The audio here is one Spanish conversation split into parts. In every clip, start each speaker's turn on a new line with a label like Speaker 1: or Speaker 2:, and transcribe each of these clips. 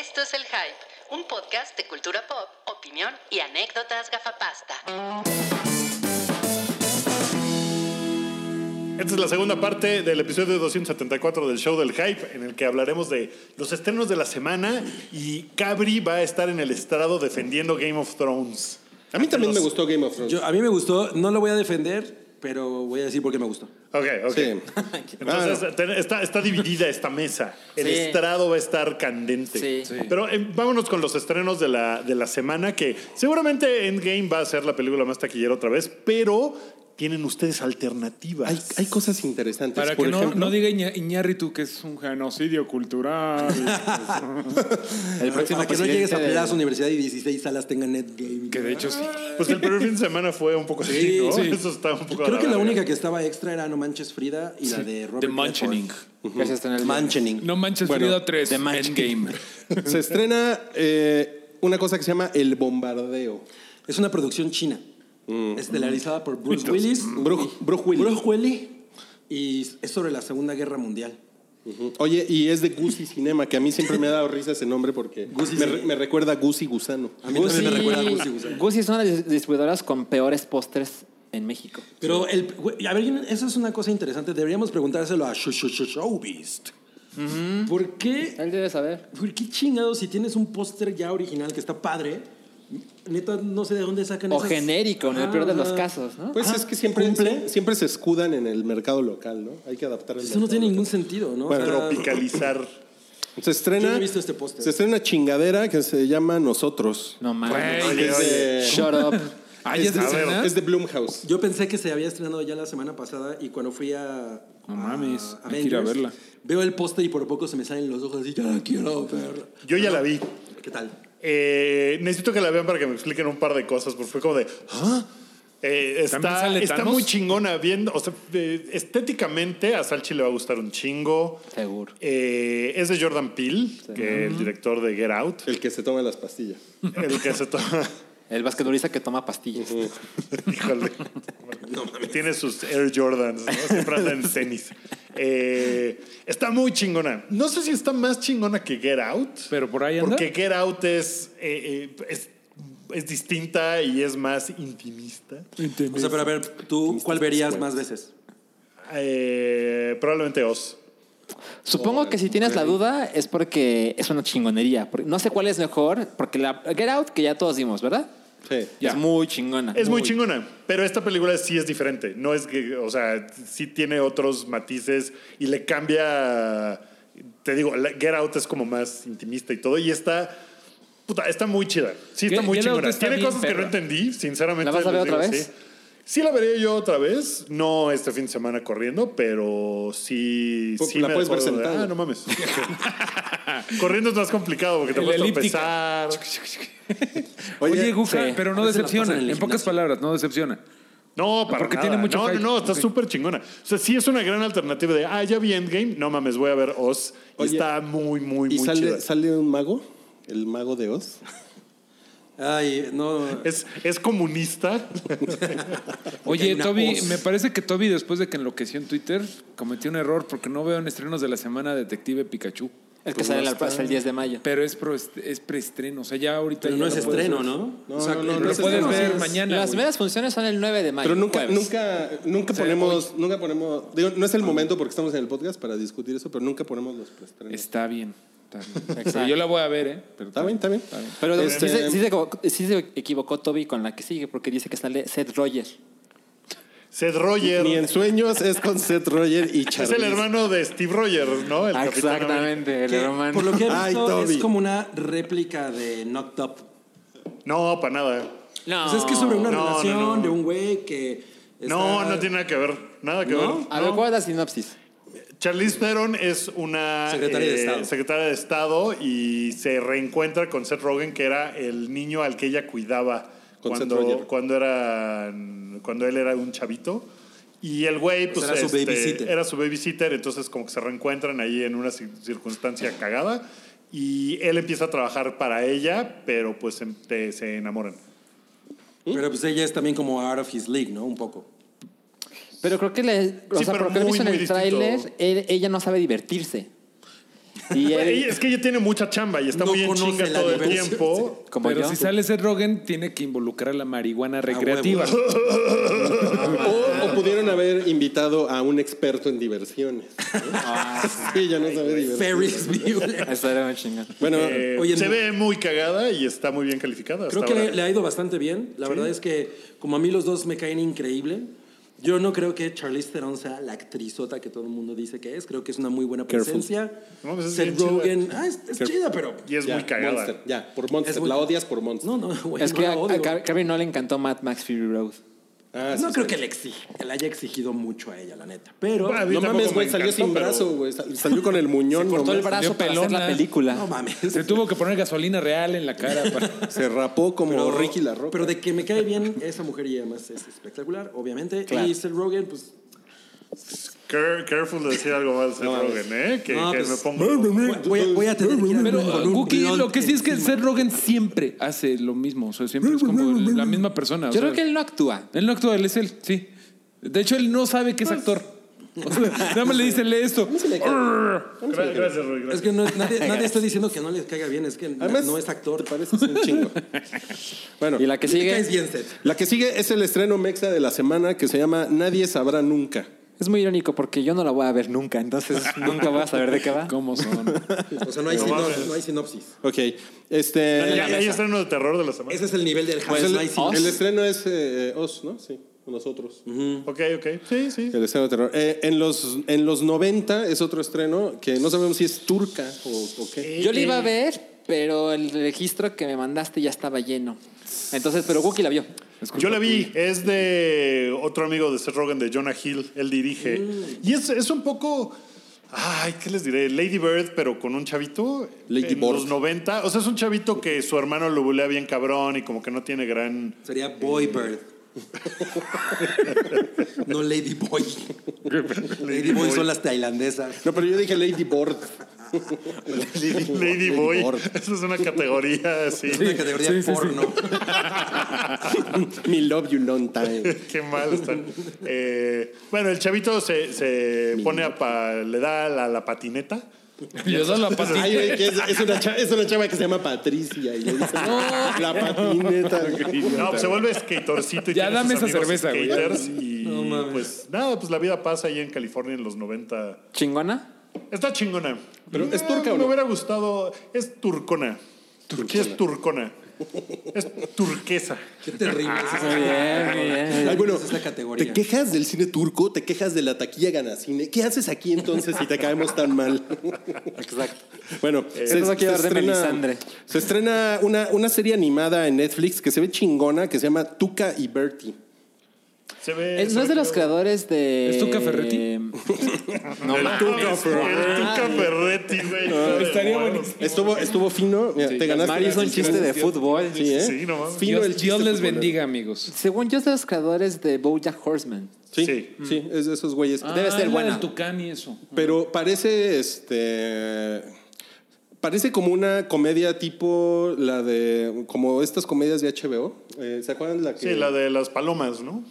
Speaker 1: Esto es El Hype, un podcast de cultura pop, opinión y anécdotas gafapasta.
Speaker 2: Esta es la segunda parte del episodio 274 del show del hype, en el que hablaremos de los estrenos de la semana y Cabri va a estar en el estrado defendiendo Game of Thrones.
Speaker 3: A mí también
Speaker 2: Los-
Speaker 3: me gustó Game of Thrones.
Speaker 4: Yo- a mí me gustó, no lo voy a defender, pero voy a decir por qué me gustó.
Speaker 2: Ok, ok.
Speaker 3: Sí.
Speaker 2: Entonces
Speaker 3: Claro.
Speaker 2: ten- está, está dividida esta mesa. El
Speaker 5: Sí.
Speaker 2: estrado va a estar candente.
Speaker 5: Sí.
Speaker 4: Sí.
Speaker 2: Pero eh, vámonos con los estrenos de la, de la semana, que seguramente Endgame va a ser la película más taquillera otra vez, pero tienen ustedes alternativas.
Speaker 3: Hay, hay cosas interesantes.
Speaker 6: Para
Speaker 3: por
Speaker 6: que no,
Speaker 3: ejemplo,
Speaker 6: no diga Iña- Iñárritu que es un genocidio cultural.
Speaker 3: el próximo
Speaker 4: Para que no llegues a
Speaker 3: presidente de-
Speaker 4: Plaza Universidad y 16 salas tengan netgame.
Speaker 6: que de hecho sí.
Speaker 2: Pues el primer fin de semana fue un poco así,
Speaker 4: Sí,
Speaker 2: ¿no?
Speaker 6: sí.
Speaker 2: Eso está un poco a
Speaker 4: Creo que la
Speaker 2: verga.
Speaker 4: única que estaba extra era No Manches Frida y la de Robert
Speaker 6: The
Speaker 4: Redford.
Speaker 6: Manchening.
Speaker 5: Que se estrena el-
Speaker 4: Manchening.
Speaker 6: No manches,
Speaker 3: Bueno,
Speaker 6: Frida 3.
Speaker 5: The Mansion.
Speaker 6: Endgame.
Speaker 3: Se estrena eh, una cosa que se llama El Bombardeo.
Speaker 4: Es una producción china. Estelarizada por Bruce Willis.
Speaker 3: Bruce- Bruce Willis.
Speaker 4: Bruce Willis. Y es sobre la Segunda Guerra Mundial.
Speaker 3: Ujú. Oye, y es de Gucci Cinema, que a mí siempre me ha dado risa ese nombre porque
Speaker 4: Gucci
Speaker 3: me,
Speaker 4: Cinema.
Speaker 3: re- me recuerda a Gucci Gusano.
Speaker 4: A mí también me recuerda a Gucci Guzmán.
Speaker 5: Gucci es una de las distribuidoras con peores pósters en México.
Speaker 4: Pero, el, güey, a ver, eso es una cosa interesante. Deberíamos preguntárselo a Sho- Sho- Sho- Showbizt. ¿Por qué
Speaker 5: Él debe saber.
Speaker 4: ¿Por qué chingados si tienes un póster ya original que está padre? Neta, no sé de dónde sacan
Speaker 5: O
Speaker 4: esas- Ah,
Speaker 5: genérico, en el peor de los casos, ¿no?
Speaker 3: Pues
Speaker 4: Ajá,
Speaker 3: es que siempre,
Speaker 4: Ah, cumple.
Speaker 3: siempre se escudan en el mercado local, ¿no? Hay que adaptar el
Speaker 4: Eso no
Speaker 3: mercado
Speaker 4: tiene
Speaker 3: local.
Speaker 4: ningún sentido, ¿no?
Speaker 3: Bueno,
Speaker 2: Tropicalizar.
Speaker 3: Se estrena.
Speaker 4: Yo no he visto este póster.
Speaker 3: Se estrena una chingadera que se llama Nosotros.
Speaker 5: No mames.
Speaker 6: Güey.
Speaker 3: Que es de-
Speaker 5: Shut up.
Speaker 6: Ah, ya
Speaker 3: es,
Speaker 6: se
Speaker 3: de,
Speaker 6: estrena.
Speaker 3: es de Blumhouse.
Speaker 4: yo pensé que se había estrenado ya la semana pasada y cuando fui a. a
Speaker 6: No mames, hay que ir a verla.
Speaker 4: Veo el póster y por poco se me salen los ojos y ya la quiero ver.
Speaker 2: Yo ya la vi.
Speaker 4: ¿Qué tal?
Speaker 2: Eh, necesito que la vean para que me expliquen un par de cosas, porque fue como de. ¿ah? Eh,
Speaker 6: ¿También
Speaker 2: está,
Speaker 6: sale
Speaker 2: está
Speaker 6: Thanos?
Speaker 2: muy chingona viendo. O sea, eh, estéticamente a Salchi le va a gustar un chingo.
Speaker 5: Seguro.
Speaker 2: Eh, es de Jordan Peele, que el director de Get Out,
Speaker 3: El que se toma las pastillas.
Speaker 2: el que se toma.
Speaker 5: El basquetbolista que toma pastillas.
Speaker 2: Híjole. Tiene sus Air Jordans, ¿no? Siempre anda en tenis. Eh, está muy chingona. No sé si está más chingona que Get Out.
Speaker 6: Pero por ahí anda.
Speaker 2: Porque Get Out es, eh, eh, es, es distinta y es más intimista.
Speaker 4: O sea, pero a ver, ¿tú cuál verías más veces?
Speaker 2: Eh, probablemente Oz.
Speaker 5: Supongo que si tienes la duda es porque es una chingonería. Porque no sé cuál es mejor, porque la Get Out, que ya todos dimos, ¿verdad?
Speaker 3: Sí.
Speaker 6: Ya.
Speaker 5: Es muy chingona.
Speaker 2: Es muy chingona, pero esta película sí es diferente. No es que, o sea, sí tiene otros matices y le cambia. Te digo, la- Get Out es como más intimista y todo. Y está. Puta, está muy chida. Sí, está
Speaker 6: Get-
Speaker 2: muy
Speaker 6: Get Out
Speaker 2: chingona.
Speaker 6: está
Speaker 2: Tiene
Speaker 6: bien,
Speaker 2: cosas que no
Speaker 6: perra.
Speaker 2: entendí, sinceramente.
Speaker 5: ¿La vas a ver
Speaker 2: les digo,
Speaker 5: otra vez?
Speaker 2: Sí. Sí la veré yo otra vez, no este fin de semana corriendo, pero sí,
Speaker 3: Pues,
Speaker 2: sí
Speaker 3: la puedes ver
Speaker 2: acuerdo de-
Speaker 3: sentado.
Speaker 2: Ah, no mames. corriendo es más complicado porque te
Speaker 6: El
Speaker 2: puedes
Speaker 6: elíptica.
Speaker 2: tropezar.
Speaker 6: Oye,
Speaker 3: Oye,
Speaker 6: Guja,
Speaker 5: sí.
Speaker 6: pero no
Speaker 4: Esa la
Speaker 6: decepciona.
Speaker 4: pasan en
Speaker 6: En,
Speaker 4: el
Speaker 6: pocas
Speaker 4: gimnasio.
Speaker 6: palabras, no decepciona.
Speaker 2: No, para
Speaker 6: Porque
Speaker 2: nada.
Speaker 6: tiene mucho
Speaker 2: no,
Speaker 6: hype.
Speaker 2: no, no, está
Speaker 6: Ok.
Speaker 2: súper chingona. O sea, sí es una gran alternativa de, ah, ya vi Endgame, no mames, voy a ver Oz. Y
Speaker 3: Oye,
Speaker 2: está muy, muy, muy
Speaker 3: ¿Y
Speaker 2: chida.
Speaker 3: sale, sale un mago? ¿El mago de Oz?
Speaker 4: Ay, no.
Speaker 2: Es, es comunista.
Speaker 6: Oye,
Speaker 4: una
Speaker 6: Toby,
Speaker 4: hoz.
Speaker 6: me parece que Toby, después de que enloqueció en Twitter, cometió un error porque no veo en estrenos de la semana Detective Pikachu.
Speaker 5: El que sale la- hasta el 10 de mayo.
Speaker 6: Pero es, pro- es preestreno. O sea, ya ahorita.
Speaker 4: Pero
Speaker 6: ya
Speaker 4: no
Speaker 6: lo
Speaker 4: es
Speaker 6: puedes
Speaker 4: estreno,
Speaker 6: ver.
Speaker 4: ¿no?
Speaker 3: No,
Speaker 4: O sea,
Speaker 3: no, no,
Speaker 4: el
Speaker 3: no
Speaker 6: Lo
Speaker 3: es
Speaker 6: puedes
Speaker 4: estreno sí
Speaker 6: ver
Speaker 4: es-
Speaker 6: mañana.
Speaker 5: Las
Speaker 6: güey.
Speaker 5: primeras funciones son el 9 de mayo.
Speaker 3: Pero nunca,
Speaker 5: jueves.
Speaker 3: nunca, nunca ponemos, nunca ponemos, digo, no es el momento porque estamos en el podcast para discutir eso, pero nunca ponemos los preestrenos.
Speaker 6: Está bien. Está bien. Pero
Speaker 5: Exacto.
Speaker 6: yo la voy a ver, ¿eh? Pero
Speaker 3: Está bien, está bien.
Speaker 5: Pero
Speaker 3: Este,
Speaker 5: sí, se, sí se equivocó, sí se equivocó Toby con la que sigue, porque dice que sale Seth Roger.
Speaker 2: Seth Roger.
Speaker 3: Ni en sueños es con Seth Roger y
Speaker 2: Es
Speaker 3: Charlie.
Speaker 2: el hermano de Steve Rogers, ¿no? El Capitán América.
Speaker 5: Ah, Exactamente, el
Speaker 4: que,
Speaker 5: hermano.
Speaker 4: Por lo que he visto,
Speaker 3: Ay,
Speaker 4: es
Speaker 3: Toby.
Speaker 4: como una réplica de Knocked Up.
Speaker 2: No, para nada.
Speaker 4: O sea,
Speaker 5: No.
Speaker 4: Pues es que es sobre una
Speaker 2: No, no,
Speaker 4: relación
Speaker 2: no.
Speaker 4: de un güey que. está-
Speaker 2: No, no tiene nada que ver. Nada que
Speaker 4: ¿No?
Speaker 2: ver.
Speaker 5: A ver, ¿cuál es la sinopsis?
Speaker 2: Charlize Theron es una eh,
Speaker 4: Secretaria de Estado.
Speaker 2: secretaria de Estado y se reencuentra con Seth Rogen, que era el niño al que ella cuidaba
Speaker 3: Con Seth
Speaker 2: cuando,
Speaker 3: Rogen.
Speaker 2: cuando, eran- cuando él era un chavito. Y el güey, pues,
Speaker 4: era su
Speaker 2: este,
Speaker 4: babysitter.
Speaker 2: era su babysitter, entonces como que se reencuentran ahí en una cir- circunstancia cagada y él empieza a trabajar para ella, pero pues em- te- se enamoran.
Speaker 4: Pero pues ella es también como out of his league, ¿no? Un poco.
Speaker 5: Pero creo que le, o
Speaker 2: Sí,
Speaker 5: sea,
Speaker 2: pero
Speaker 5: por lo que he
Speaker 2: muy,
Speaker 5: visto en
Speaker 2: muy
Speaker 5: el
Speaker 2: distinto.
Speaker 5: tráiler, él- ella no sabe divertirse. Y él-
Speaker 2: Ella- es que ella tiene mucha chamba y está
Speaker 4: No
Speaker 2: muy en
Speaker 4: conoce
Speaker 2: chinga
Speaker 4: la
Speaker 2: todo el
Speaker 4: diferencia.
Speaker 2: tiempo.
Speaker 5: como
Speaker 6: Pero
Speaker 5: yo.
Speaker 6: si sale Seth Rogen, tiene que involucrar la
Speaker 4: Ah,
Speaker 6: marihuana recreativa.
Speaker 3: O, o pudieron haber invitado a un experto en diversiones. Sí, ya no sabe divertir.
Speaker 4: Ferris Bueller.
Speaker 5: Eso era muy chingón.
Speaker 3: Bueno,
Speaker 2: Eh,
Speaker 4: Oye,
Speaker 2: se
Speaker 4: no.
Speaker 2: ve muy cagada y está muy bien calificada.
Speaker 4: Creo
Speaker 2: hasta
Speaker 4: que
Speaker 2: ahora.
Speaker 4: le, le ha ido bastante bien. La verdad es que, como a mí los dos me caen increíble, yo no creo que Charlize Theron sea la actrizota que todo el mundo dice que es. Creo que es una muy buena
Speaker 5: Careful.
Speaker 4: presencia.
Speaker 2: No, pues es
Speaker 4: Seth
Speaker 2: bien chida.
Speaker 4: Rogen, ah, es, es chida, pero...
Speaker 2: Y es
Speaker 3: ya,
Speaker 2: muy cagada.
Speaker 3: Monster, ya, por Monster.
Speaker 4: Es muy-
Speaker 3: La odias por Monster.
Speaker 4: No, no, güey,
Speaker 5: Es
Speaker 4: no
Speaker 5: que
Speaker 4: la
Speaker 5: a, a
Speaker 4: odio.
Speaker 5: Car- Carrie no le encantó Mad Max Fury Road.
Speaker 3: Ah, sí,
Speaker 4: No
Speaker 3: sí.
Speaker 4: creo que le, exige, que le haya exigido mucho a ella, la neta. Pero...
Speaker 2: Bueno, a mí
Speaker 3: No
Speaker 2: tampoco
Speaker 3: mames, güey,
Speaker 2: me
Speaker 3: salió
Speaker 2: encantó,
Speaker 3: sin
Speaker 2: pero-
Speaker 3: brazo, güey. sal- Salió con el muñón.
Speaker 5: Cortó el
Speaker 3: nomás.
Speaker 5: brazo para hacer la
Speaker 6: pelona.
Speaker 5: película.
Speaker 4: No mames.
Speaker 6: Se tuvo que poner gasolina real en la cara. para-
Speaker 3: Se rapó como Ricky la ropa.
Speaker 4: Pero de que me cae bien esa mujer y además es espectacular, obviamente.
Speaker 5: Claro.
Speaker 4: Y Seth Rogen, pues...
Speaker 2: Care- careful de decir algo mal de Seth Rogen, ¿eh? Que,
Speaker 4: No,
Speaker 2: que
Speaker 4: pues-
Speaker 2: me pongo.
Speaker 4: Voy, a- voy a tener que ir
Speaker 6: Pero
Speaker 4: con
Speaker 6: uh,
Speaker 4: un
Speaker 6: Guki,
Speaker 4: blunt
Speaker 6: lo que sí es que
Speaker 4: encima.
Speaker 6: Seth Rogen siempre hace lo mismo. O sea, siempre es como el- la misma persona. o
Speaker 5: Yo
Speaker 6: sea,
Speaker 5: creo que él no actúa.
Speaker 6: Él no actúa, él es él, sí. De hecho, él no sabe que es actor. O sea, nada más le dice, lee esto.
Speaker 2: Gra- Gracias, Roy. Gracias.
Speaker 4: Es que no es- nadie, nadie está diciendo que no les caiga bien, es que na-
Speaker 3: Además,
Speaker 4: no es actor.
Speaker 3: Te pareces un chingo. Bueno,
Speaker 5: Y la que
Speaker 4: Te
Speaker 5: sigue
Speaker 4: caes bien, Seth.
Speaker 3: la que sigue es el estreno mexa de la semana que se llama Nadie sabrá nunca.
Speaker 5: es muy irónico porque yo no la voy a ver nunca, entonces nunca voy a saber de qué va.
Speaker 6: ¿Cómo son?
Speaker 4: O sea, no hay,
Speaker 2: No
Speaker 4: sino-
Speaker 2: mames.
Speaker 4: no hay sinopsis.
Speaker 3: Ok,
Speaker 2: Hay-
Speaker 3: este...
Speaker 5: la
Speaker 2: Hay
Speaker 5: mesa.
Speaker 2: estreno de terror de la semana.
Speaker 4: Ese es el nivel del hype,
Speaker 3: pues el,
Speaker 4: no hay sinopsis.
Speaker 3: el estreno es eh, Os, ¿no? Sí, nosotros.
Speaker 2: Ok, ok. Sí, sí.
Speaker 3: El estreno de terror. Eh, en, los, en los 90 es otro estreno que no sabemos si es turca o, o
Speaker 4: Eh,
Speaker 3: qué.
Speaker 5: Yo la iba a ver, pero el registro que me mandaste ya estaba lleno. Entonces, pero Wookie la vio.
Speaker 2: Yo la vi, es de otro amigo de Seth Rogen, de Jonah Hill, él dirige.
Speaker 4: Mm.
Speaker 2: Y es, es un poco, ay, ¿qué les diré? Lady Bird, pero con un chavito
Speaker 3: Lady
Speaker 2: en
Speaker 3: Bird.
Speaker 2: los 90. O sea, es un chavito que su hermano lo bulea bien cabrón y como que no tiene gran...
Speaker 4: Sería Boy Bird. no Lady Boy. Lady Boy son las tailandesas.
Speaker 3: No, pero yo dije Lady Bird.
Speaker 2: Lady Boy, esa es una categoría así.
Speaker 4: Es una categoría de porno.
Speaker 3: Me love you long time.
Speaker 2: Qué mal están. Eh, bueno, el chavito se, se pone a... pa- le da la, la patineta.
Speaker 6: Le da la patita.
Speaker 3: Ay, güey, que es, es una chava, es una chava que se llama Patricia y le dice, no, la patineta.
Speaker 2: No, pues se vuelve skatercito y
Speaker 6: Ya
Speaker 2: tiene
Speaker 6: dame
Speaker 2: sus
Speaker 6: esa
Speaker 2: amigos
Speaker 6: cerveza, güey.
Speaker 2: skaters y pues nada, pues la vida pasa ahí en California en los 90.
Speaker 5: ¿Chingona?
Speaker 2: Está chingona.
Speaker 3: Pero, ¿es
Speaker 2: No,
Speaker 3: turca o
Speaker 2: Me
Speaker 3: no?
Speaker 2: hubiera gustado, es turcona. Turquía es turcona. Es turquesa.
Speaker 4: Qué terrible es esa
Speaker 5: Ah, Muy bien, muy bien.
Speaker 3: Ay, bueno,
Speaker 4: Es la
Speaker 3: ¿te
Speaker 4: categoría.
Speaker 3: quejas del cine turco? ¿Te quejas de la taquilla ganacine? ¿Qué haces aquí entonces si te caemos tan mal?
Speaker 5: Exacto. Eh,
Speaker 3: Bueno,
Speaker 5: Empezó aquí a hablar de Melisandre.
Speaker 3: se estrena una, una serie animada en Netflix que se ve chingona que se llama Tuca y Bertie.
Speaker 2: Se ve.
Speaker 5: Es- ¿No es de los creadores de.
Speaker 6: ¿Es Tuca Ferretti?
Speaker 2: No, Ah. el Tuca Ferretti. El Tuca Ferretti, güey. Está de
Speaker 6: Estaría
Speaker 2: huevos.
Speaker 6: buenísimo.
Speaker 3: Estuvo, estuvo fino. Mira, te ganaste.
Speaker 5: Mario es un chiste de fútbol.
Speaker 3: Sí, ¿eh?
Speaker 2: Sí, no mames.
Speaker 3: Fino
Speaker 6: Dios,
Speaker 3: el chiste
Speaker 6: Dios les
Speaker 3: futbolero.
Speaker 6: bendiga, amigos.
Speaker 5: Según yo, es de los creadores de Bojack Horseman.
Speaker 3: Sí,
Speaker 2: Sí.
Speaker 3: sí, es de esos güeyes. Ah,
Speaker 5: Debe ser
Speaker 6: la
Speaker 5: buena.
Speaker 6: del Ah, Tucán y eso.
Speaker 3: Pero parece este. Parece como una comedia tipo la de. como estas comedias de HBO. Eh, ¿Se acuerdan la que.?
Speaker 2: Sí, la de las palomas, ¿no?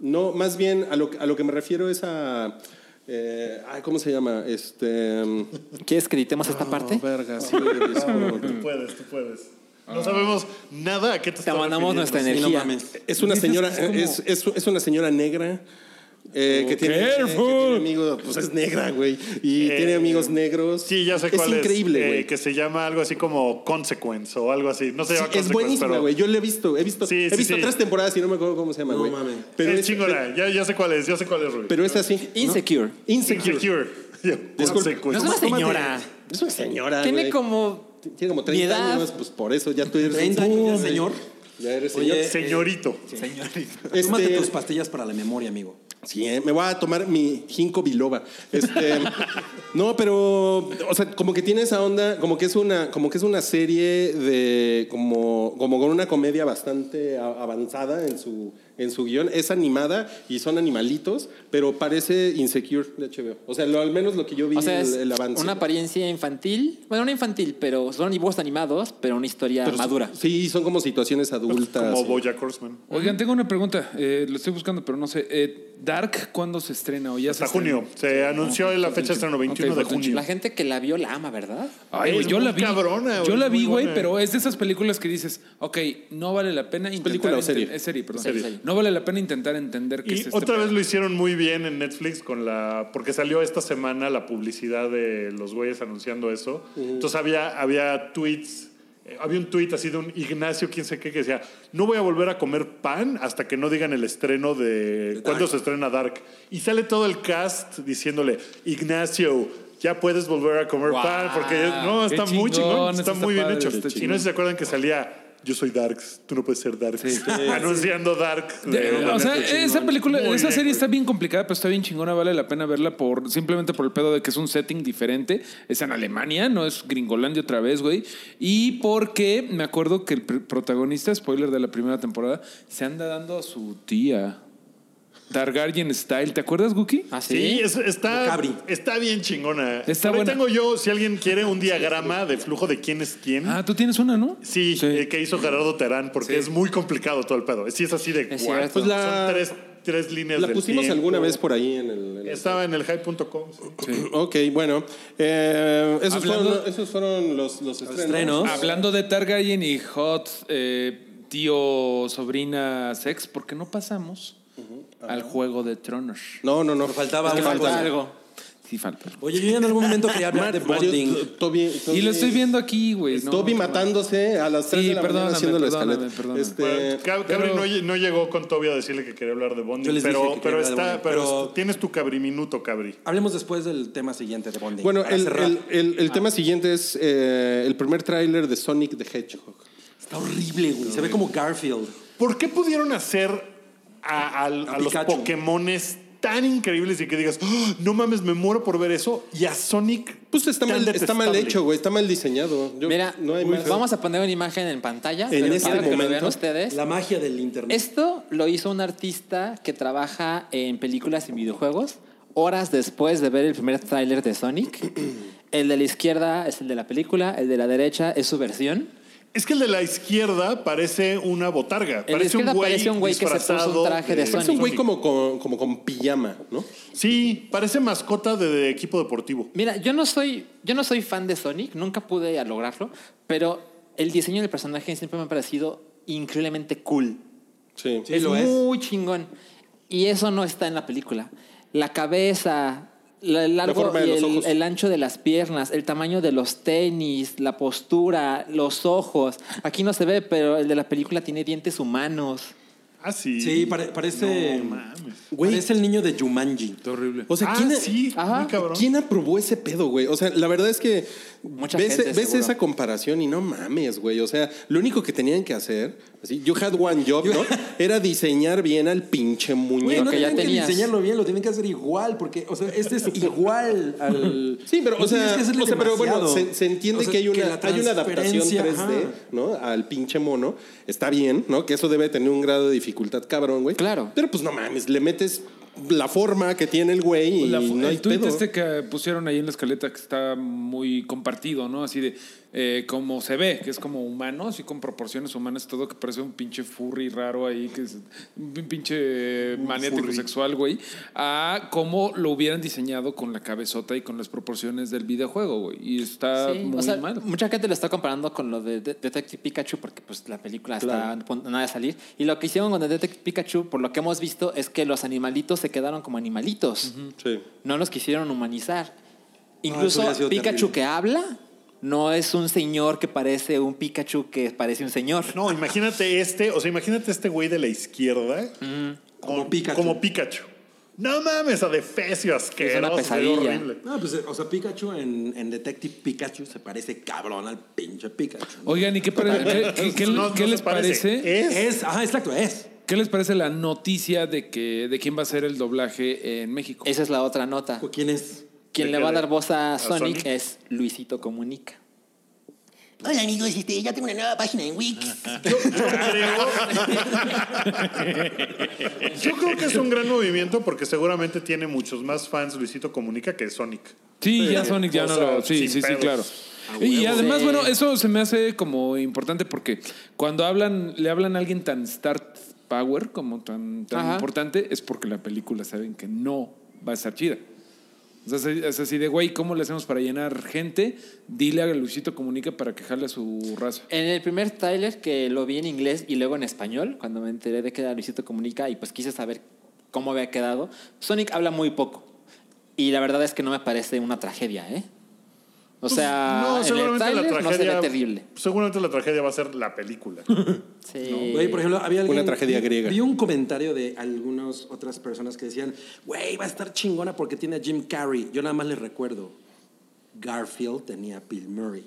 Speaker 3: No, más bien a lo, a lo que me refiero es a. eh, ay, ¿Cómo se llama? Este.
Speaker 5: ¿Quieres que editemos
Speaker 3: Ah,
Speaker 5: esta parte?
Speaker 3: Verga, sí, disculpa.
Speaker 2: Tú puedes, tú puedes. No sabemos nada a qué te
Speaker 5: Te
Speaker 2: estás
Speaker 5: mandamos nuestra
Speaker 2: refiriendo.
Speaker 5: energía.
Speaker 4: no mames.
Speaker 3: Es una
Speaker 6: Dices que
Speaker 3: señora,
Speaker 6: es como-
Speaker 3: es, es, es una señora negra. eh, que, tiene, eh, que
Speaker 6: Careful.
Speaker 3: tiene amigos, pues es negra, güey. Y
Speaker 2: Oh, Eh,
Speaker 3: tiene amigos negros.
Speaker 2: Sí, ya sé
Speaker 3: es
Speaker 2: cuál es.
Speaker 3: increíble,
Speaker 2: eh,
Speaker 3: güey.
Speaker 2: que se llama algo así como Consequence o algo así. No se
Speaker 3: Sí,
Speaker 2: llama
Speaker 3: es
Speaker 2: Consequence,
Speaker 3: buenísima,
Speaker 2: pero
Speaker 3: güey. Yo la he visto. He visto,
Speaker 2: Sí,
Speaker 3: he
Speaker 2: sí,
Speaker 3: visto
Speaker 2: sí.
Speaker 3: tres temporadas y no me acuerdo cómo se llama,
Speaker 4: No
Speaker 3: güey.
Speaker 4: mames.
Speaker 3: Pero
Speaker 2: es,
Speaker 3: es,
Speaker 2: chingona. Ya, ya sé cuál es, ya sé cuál es, Rui.
Speaker 3: pero es así.
Speaker 5: Insecure.
Speaker 3: Insecure.
Speaker 2: Insecure.
Speaker 3: Disculpe.
Speaker 5: No es
Speaker 2: Consequence.
Speaker 5: una
Speaker 3: Tómate-
Speaker 5: señora.
Speaker 3: Es una señora,
Speaker 5: Tiene
Speaker 3: güey.
Speaker 5: como.
Speaker 3: Tiene como 30
Speaker 5: edad.
Speaker 3: años, pues por eso ya tú eres...
Speaker 4: 30
Speaker 3: un-
Speaker 4: años, ya, señor.
Speaker 3: Ya eres
Speaker 4: Oye,
Speaker 3: señor.
Speaker 2: Señorito.
Speaker 3: Este-
Speaker 4: Tómate tus pastillas para la memoria, amigo.
Speaker 3: Sí, eh, me voy a tomar mi ginkgo biloba. Este, no, pero, o sea, como que tiene esa onda, como que es una, como que es una serie de, como, como con una comedia bastante a- avanzada en su, en su guión. Es animada y son animalitos, pero parece Insecure de HBO. O sea, lo, al menos lo que yo vi
Speaker 5: O sea,
Speaker 3: el,
Speaker 5: es
Speaker 3: el avance.
Speaker 5: una apariencia infantil. Bueno, no infantil, pero son dibujos animados, pero una historia
Speaker 3: Pero son-
Speaker 5: madura.
Speaker 3: Sí, son como situaciones adultas.
Speaker 2: Pues, Como Bojack Horseman.
Speaker 6: Oigan, tengo una pregunta. Eh, lo estoy buscando, pero no sé. Eh, ¿Dark cuándo se estrena? ¿O ya
Speaker 2: Hasta
Speaker 6: se estrenó?
Speaker 2: junio. Se anunció la fecha de estreno 21
Speaker 6: Ok,
Speaker 2: de
Speaker 6: falta un
Speaker 2: junio.
Speaker 5: La gente que la vio la ama, ¿verdad?
Speaker 6: Ay, güey,
Speaker 2: Es
Speaker 6: yo
Speaker 2: muy
Speaker 6: la vi.
Speaker 2: cabrona, güey,
Speaker 6: yo la
Speaker 2: es
Speaker 6: vi,
Speaker 2: muy
Speaker 6: güey,
Speaker 2: buena.
Speaker 6: pero es de esas películas que dices, ok, no vale la pena intentar.
Speaker 3: película o
Speaker 6: enten-
Speaker 3: serie?
Speaker 6: Es serie, perdón.
Speaker 5: Serie. Serie.
Speaker 6: No vale la pena intentar entender
Speaker 2: Y
Speaker 6: qué es este
Speaker 2: otra vez
Speaker 6: pedo.
Speaker 2: lo hicieron muy bien en Netflix con la. Porque salió esta semana la publicidad de los güeyes anunciando eso. Entonces había, había tweets. eh, Había un tweet así de un Ignacio, quién sé qué, que decía: No voy a volver a comer pan hasta que no digan el estreno de. ¿Cuándo se estrena Dark? Y sale todo el cast diciéndole: Ignacio, ya puedes volver a comer
Speaker 5: Guau,
Speaker 2: pan. Porque no,
Speaker 6: qué
Speaker 2: está muy
Speaker 6: chingón,
Speaker 2: chingón.
Speaker 6: eso
Speaker 2: Está,
Speaker 6: está
Speaker 2: muy bien
Speaker 6: padre,
Speaker 2: hecho.
Speaker 6: está
Speaker 2: Y no sé si se acuerdan que salía. Yo soy Darks, tú no puedes ser Darks. Anunciando Darks.
Speaker 6: Eh, o sea, esa película,
Speaker 2: Muy
Speaker 6: esa
Speaker 2: bien,
Speaker 6: serie
Speaker 2: güey.
Speaker 6: está bien complicada, pero está bien chingona, vale la pena verla por simplemente por el pedo de que es un setting diferente. Es en Alemania, no es Gringolandia otra vez, güey. Y porque me acuerdo que el pr- protagonista, spoiler de la primera temporada, se anda dando a su tía. Targaryen Style, ¿te acuerdas, Guki?
Speaker 5: ¿Ah,
Speaker 2: Sí, es-
Speaker 4: Como
Speaker 2: está,
Speaker 4: Cabri.
Speaker 2: está bien chingona.
Speaker 6: Está
Speaker 2: Por ahí
Speaker 6: buena.
Speaker 2: tengo yo, si alguien quiere, un diagrama de flujo de quién es quién.
Speaker 6: Ah, tú tienes una, ¿no?
Speaker 2: sí, eh, que hizo Gerardo Terán, porque es muy complicado todo el pedo. Sí, es así de
Speaker 5: Es
Speaker 2: guau,
Speaker 5: cierto.
Speaker 2: pues
Speaker 3: la-
Speaker 2: Son tres, tres líneas
Speaker 3: La
Speaker 2: del
Speaker 3: pusimos
Speaker 2: tiempo.
Speaker 3: alguna vez por ahí en el. en el-
Speaker 2: Estaba en el high.com. sí.
Speaker 3: Ok, bueno. eh, esos,
Speaker 6: Hablando-
Speaker 3: fueron, esos fueron los, los estrenos.
Speaker 4: estrenos.
Speaker 6: Hablando de Targaryen y Hot, eh, tío, sobrina, sex, ¿por qué no pasamos al juego de Tronos?
Speaker 3: No, no, no.
Speaker 4: Pero faltaba
Speaker 3: Es que
Speaker 4: una
Speaker 3: falta.
Speaker 4: cosa.
Speaker 5: algo.
Speaker 6: Sí, falta.
Speaker 4: Oye, yo ya en algún momento quería hablar de
Speaker 3: Mar- Mario,
Speaker 4: bonding.
Speaker 3: T- Toby-
Speaker 6: Y lo estoy
Speaker 3: Toby-
Speaker 6: viendo aquí, güey. no,
Speaker 3: Toby
Speaker 6: no,
Speaker 3: matándose a las 3
Speaker 6: Sí,
Speaker 3: de la mañana
Speaker 6: perdóname,
Speaker 3: haciendo la
Speaker 6: perdóname,
Speaker 3: escaleta.
Speaker 6: perdóname.
Speaker 3: Este,
Speaker 2: Bueno, Cab-
Speaker 6: pero-
Speaker 2: Cabri no, lle- no llegó con Toby a decirle que quería hablar de
Speaker 4: Yo
Speaker 2: Bonding,
Speaker 4: les dije que
Speaker 2: pero,
Speaker 4: quería
Speaker 2: pero,
Speaker 4: hablar de
Speaker 2: está,
Speaker 4: Bonding,
Speaker 2: pero,
Speaker 4: pero-
Speaker 2: est- tienes tu Cabri minuto, Cabri.
Speaker 4: Hablemos después del tema siguiente de bonding.
Speaker 3: bueno,
Speaker 4: para
Speaker 3: el,
Speaker 4: cerrar.
Speaker 3: el- el- el tema siguiente es eh, el primer tráiler de Sonic the Hedgehog.
Speaker 4: Está horrible, güey. Se ve como Garfield.
Speaker 2: ¿Por qué pudieron hacer a, a- a los
Speaker 4: Pikachu.
Speaker 2: Pokémones tan increíbles y que digas, "Oh, no mames, me muero por ver eso? Y a Sonic.
Speaker 3: Pues está
Speaker 2: tan
Speaker 3: mal, está mal
Speaker 2: detestable?
Speaker 3: hecho, güey. Está mal diseñado. Yo-
Speaker 5: Mira,
Speaker 3: no hay más.
Speaker 5: vamos a poner una imagen en pantalla.
Speaker 3: En
Speaker 5: pero
Speaker 3: este
Speaker 5: quiero que lo vean
Speaker 3: momento,
Speaker 5: ustedes.
Speaker 4: La magia del internet.
Speaker 5: Esto lo hizo un artista que trabaja en películas y videojuegos horas después de ver el primer tráiler de Sonic. El de la izquierda es el de la película, el de la derecha es su versión.
Speaker 2: Es que el de la izquierda parece una botarga.
Speaker 5: de
Speaker 2: parece, un
Speaker 5: izquierda
Speaker 2: güey
Speaker 5: parece un güey que se puso un
Speaker 2: disfrazado
Speaker 5: traje de Sonic.
Speaker 3: Es un güey como con, como con pijama, ¿no?
Speaker 2: Sí, parece mascota de, de equipo deportivo.
Speaker 5: Mira, yo no soy, yo no soy fan de Sonic, nunca pude lograrlo, pero el diseño del personaje siempre me ha parecido increíblemente cool.
Speaker 3: Sí.
Speaker 4: Sí, lo es.
Speaker 5: muy chingón. Y eso no está en la película. La cabeza, la- el largo
Speaker 3: forma de
Speaker 5: y
Speaker 3: los
Speaker 5: el-
Speaker 3: ojos.
Speaker 5: el ancho de las piernas, el tamaño de los tenis, la postura, los ojos. Aquí no se ve, pero el de la película tiene dientes humanos.
Speaker 2: Ah, sí.
Speaker 4: Sí, pare- parece.
Speaker 3: Güey.
Speaker 4: Parece el niño de Jumanji.
Speaker 6: Está horrible.
Speaker 3: O sea,
Speaker 2: ah,
Speaker 3: ¿quién,
Speaker 2: sí,
Speaker 5: Ajá,
Speaker 2: muy cabrón.
Speaker 3: ¿Quién aprobó ese pedo, güey? O sea, la verdad es que
Speaker 5: Mucha
Speaker 3: ves,
Speaker 5: gente,
Speaker 3: ves
Speaker 5: seguro.
Speaker 3: esa comparación y no mames, güey. O sea, lo único que tenían que hacer, así, you had one job, ¿no? Era diseñar bien al pinche
Speaker 4: Güey,
Speaker 3: muñeco.
Speaker 4: no
Speaker 5: que ya
Speaker 4: tienen que
Speaker 5: tenías.
Speaker 4: diseñarlo bien, lo tienen que hacer igual, porque, o sea, este es igual al.
Speaker 3: Sí, pero,
Speaker 4: No
Speaker 3: o sea,
Speaker 4: tienes que hacerle
Speaker 3: o sea, pero bueno,
Speaker 4: demasiado.
Speaker 3: se, se entiende
Speaker 4: O sea,
Speaker 3: que, hay una,
Speaker 4: la
Speaker 3: hay una adaptación
Speaker 4: transferencia,
Speaker 3: 3D,
Speaker 4: ajá.
Speaker 3: ¿no? Al pinche mono. Está bien, ¿no? Que eso debe tener un grado de dificultad cabrón, güey.
Speaker 5: Claro.
Speaker 3: Pero pues no mames, le metes la forma que tiene el güey y
Speaker 6: La fo-
Speaker 3: no hay
Speaker 6: el tweet
Speaker 3: pedo.
Speaker 6: este que pusieron ahí en la escaleta que está muy compartido, ¿no? Así de eh, como se ve, que es como humanos y con proporciones humanas, todo que parece un pinche furry raro ahí, que es un pinche maniático sexual, güey, a cómo lo hubieran diseñado con la cabezota y con las proporciones del videojuego, güey. Y
Speaker 3: Ah,
Speaker 6: está
Speaker 5: Sí, o
Speaker 6: muy
Speaker 5: sea,
Speaker 6: mal.
Speaker 5: Mucha gente lo está comparando con lo de, de- Detective Pikachu porque pues la película está
Speaker 3: Claro.
Speaker 5: a punto- nada de salir. Y lo que hicieron con Detective Pikachu, por lo que hemos visto, es que los animalitos se quedaron como animalitos.
Speaker 3: Sí.
Speaker 5: no los quisieron humanizar.
Speaker 4: eso
Speaker 5: Incluso
Speaker 4: hubiera sido
Speaker 5: Pikachu
Speaker 4: terrible.
Speaker 5: que habla no es un señor que parece un Pikachu que parece un señor.
Speaker 2: No, imagínate este, o sea, imagínate este güey de la izquierda.
Speaker 3: Mm,
Speaker 4: Como Pikachu.
Speaker 2: Como Pikachu. No mames, a de fecio asqueroso.
Speaker 5: Es una
Speaker 2: sería
Speaker 5: pesadilla.
Speaker 2: horrible.
Speaker 4: No, pues, o sea, Pikachu en, en Detective Pikachu se parece cabrón al pinche Pikachu.
Speaker 6: Oigan, ¿y qué, pare- qué- qué- qué-
Speaker 2: No,
Speaker 6: qué
Speaker 2: no
Speaker 6: les
Speaker 2: se parece.
Speaker 6: parece?
Speaker 2: Es-
Speaker 4: Es, ajá, exacto, es.
Speaker 6: ¿Qué les parece la noticia de que de quién va a ser el doblaje en México?
Speaker 5: Esa es la otra nota.
Speaker 4: ¿Quién es?
Speaker 5: Quien le va a dar voz a,
Speaker 2: ¿A
Speaker 5: Sonic,
Speaker 2: Sonic?
Speaker 5: es Luisito Comunica.
Speaker 7: Hola amigos, este, ya tengo una nueva página en Wix.
Speaker 2: Yo creo que es un gran movimiento porque seguramente tiene muchos más fans Luisito Comunica que Sonic.
Speaker 6: Sí,
Speaker 2: Sí,
Speaker 6: ya Sonic ya
Speaker 2: o
Speaker 6: no
Speaker 2: sea,
Speaker 6: lo. Sí,
Speaker 2: sin
Speaker 6: sí, sí,
Speaker 2: pedos.
Speaker 6: claro.
Speaker 5: A
Speaker 6: Y
Speaker 5: huevo.
Speaker 6: además,
Speaker 5: Sí.
Speaker 6: bueno, eso se me hace como importante porque cuando hablan, le hablan a alguien tan star power, como tan, tan
Speaker 5: Ajá.
Speaker 6: importante, es porque la película saben que no va a estar chida. O sea, es- es así de, güey, ¿cómo le hacemos para llenar gente? Dile a Luisito Comunica para que jale a su raza.
Speaker 5: En el primer tráiler que lo vi en inglés y luego en español, cuando me enteré de que era Luisito Comunica y pues quise saber cómo había quedado, Sonic habla muy poco. Y la verdad es que no me parece una tragedia, ¿eh?
Speaker 2: Pues,
Speaker 4: Pues,
Speaker 5: O sea, en el tráiler no se ve terrible.
Speaker 2: Seguramente la tragedia va a ser la película.
Speaker 5: Sí.
Speaker 4: Güey, por ejemplo, había alguien-
Speaker 3: Una tragedia griega.
Speaker 4: Vi un comentario de algunas otras personas que decían, güey, va a estar chingona porque tiene a Jim Carrey. Yo nada más les recuerdo, Garfield tenía a Bill Murray.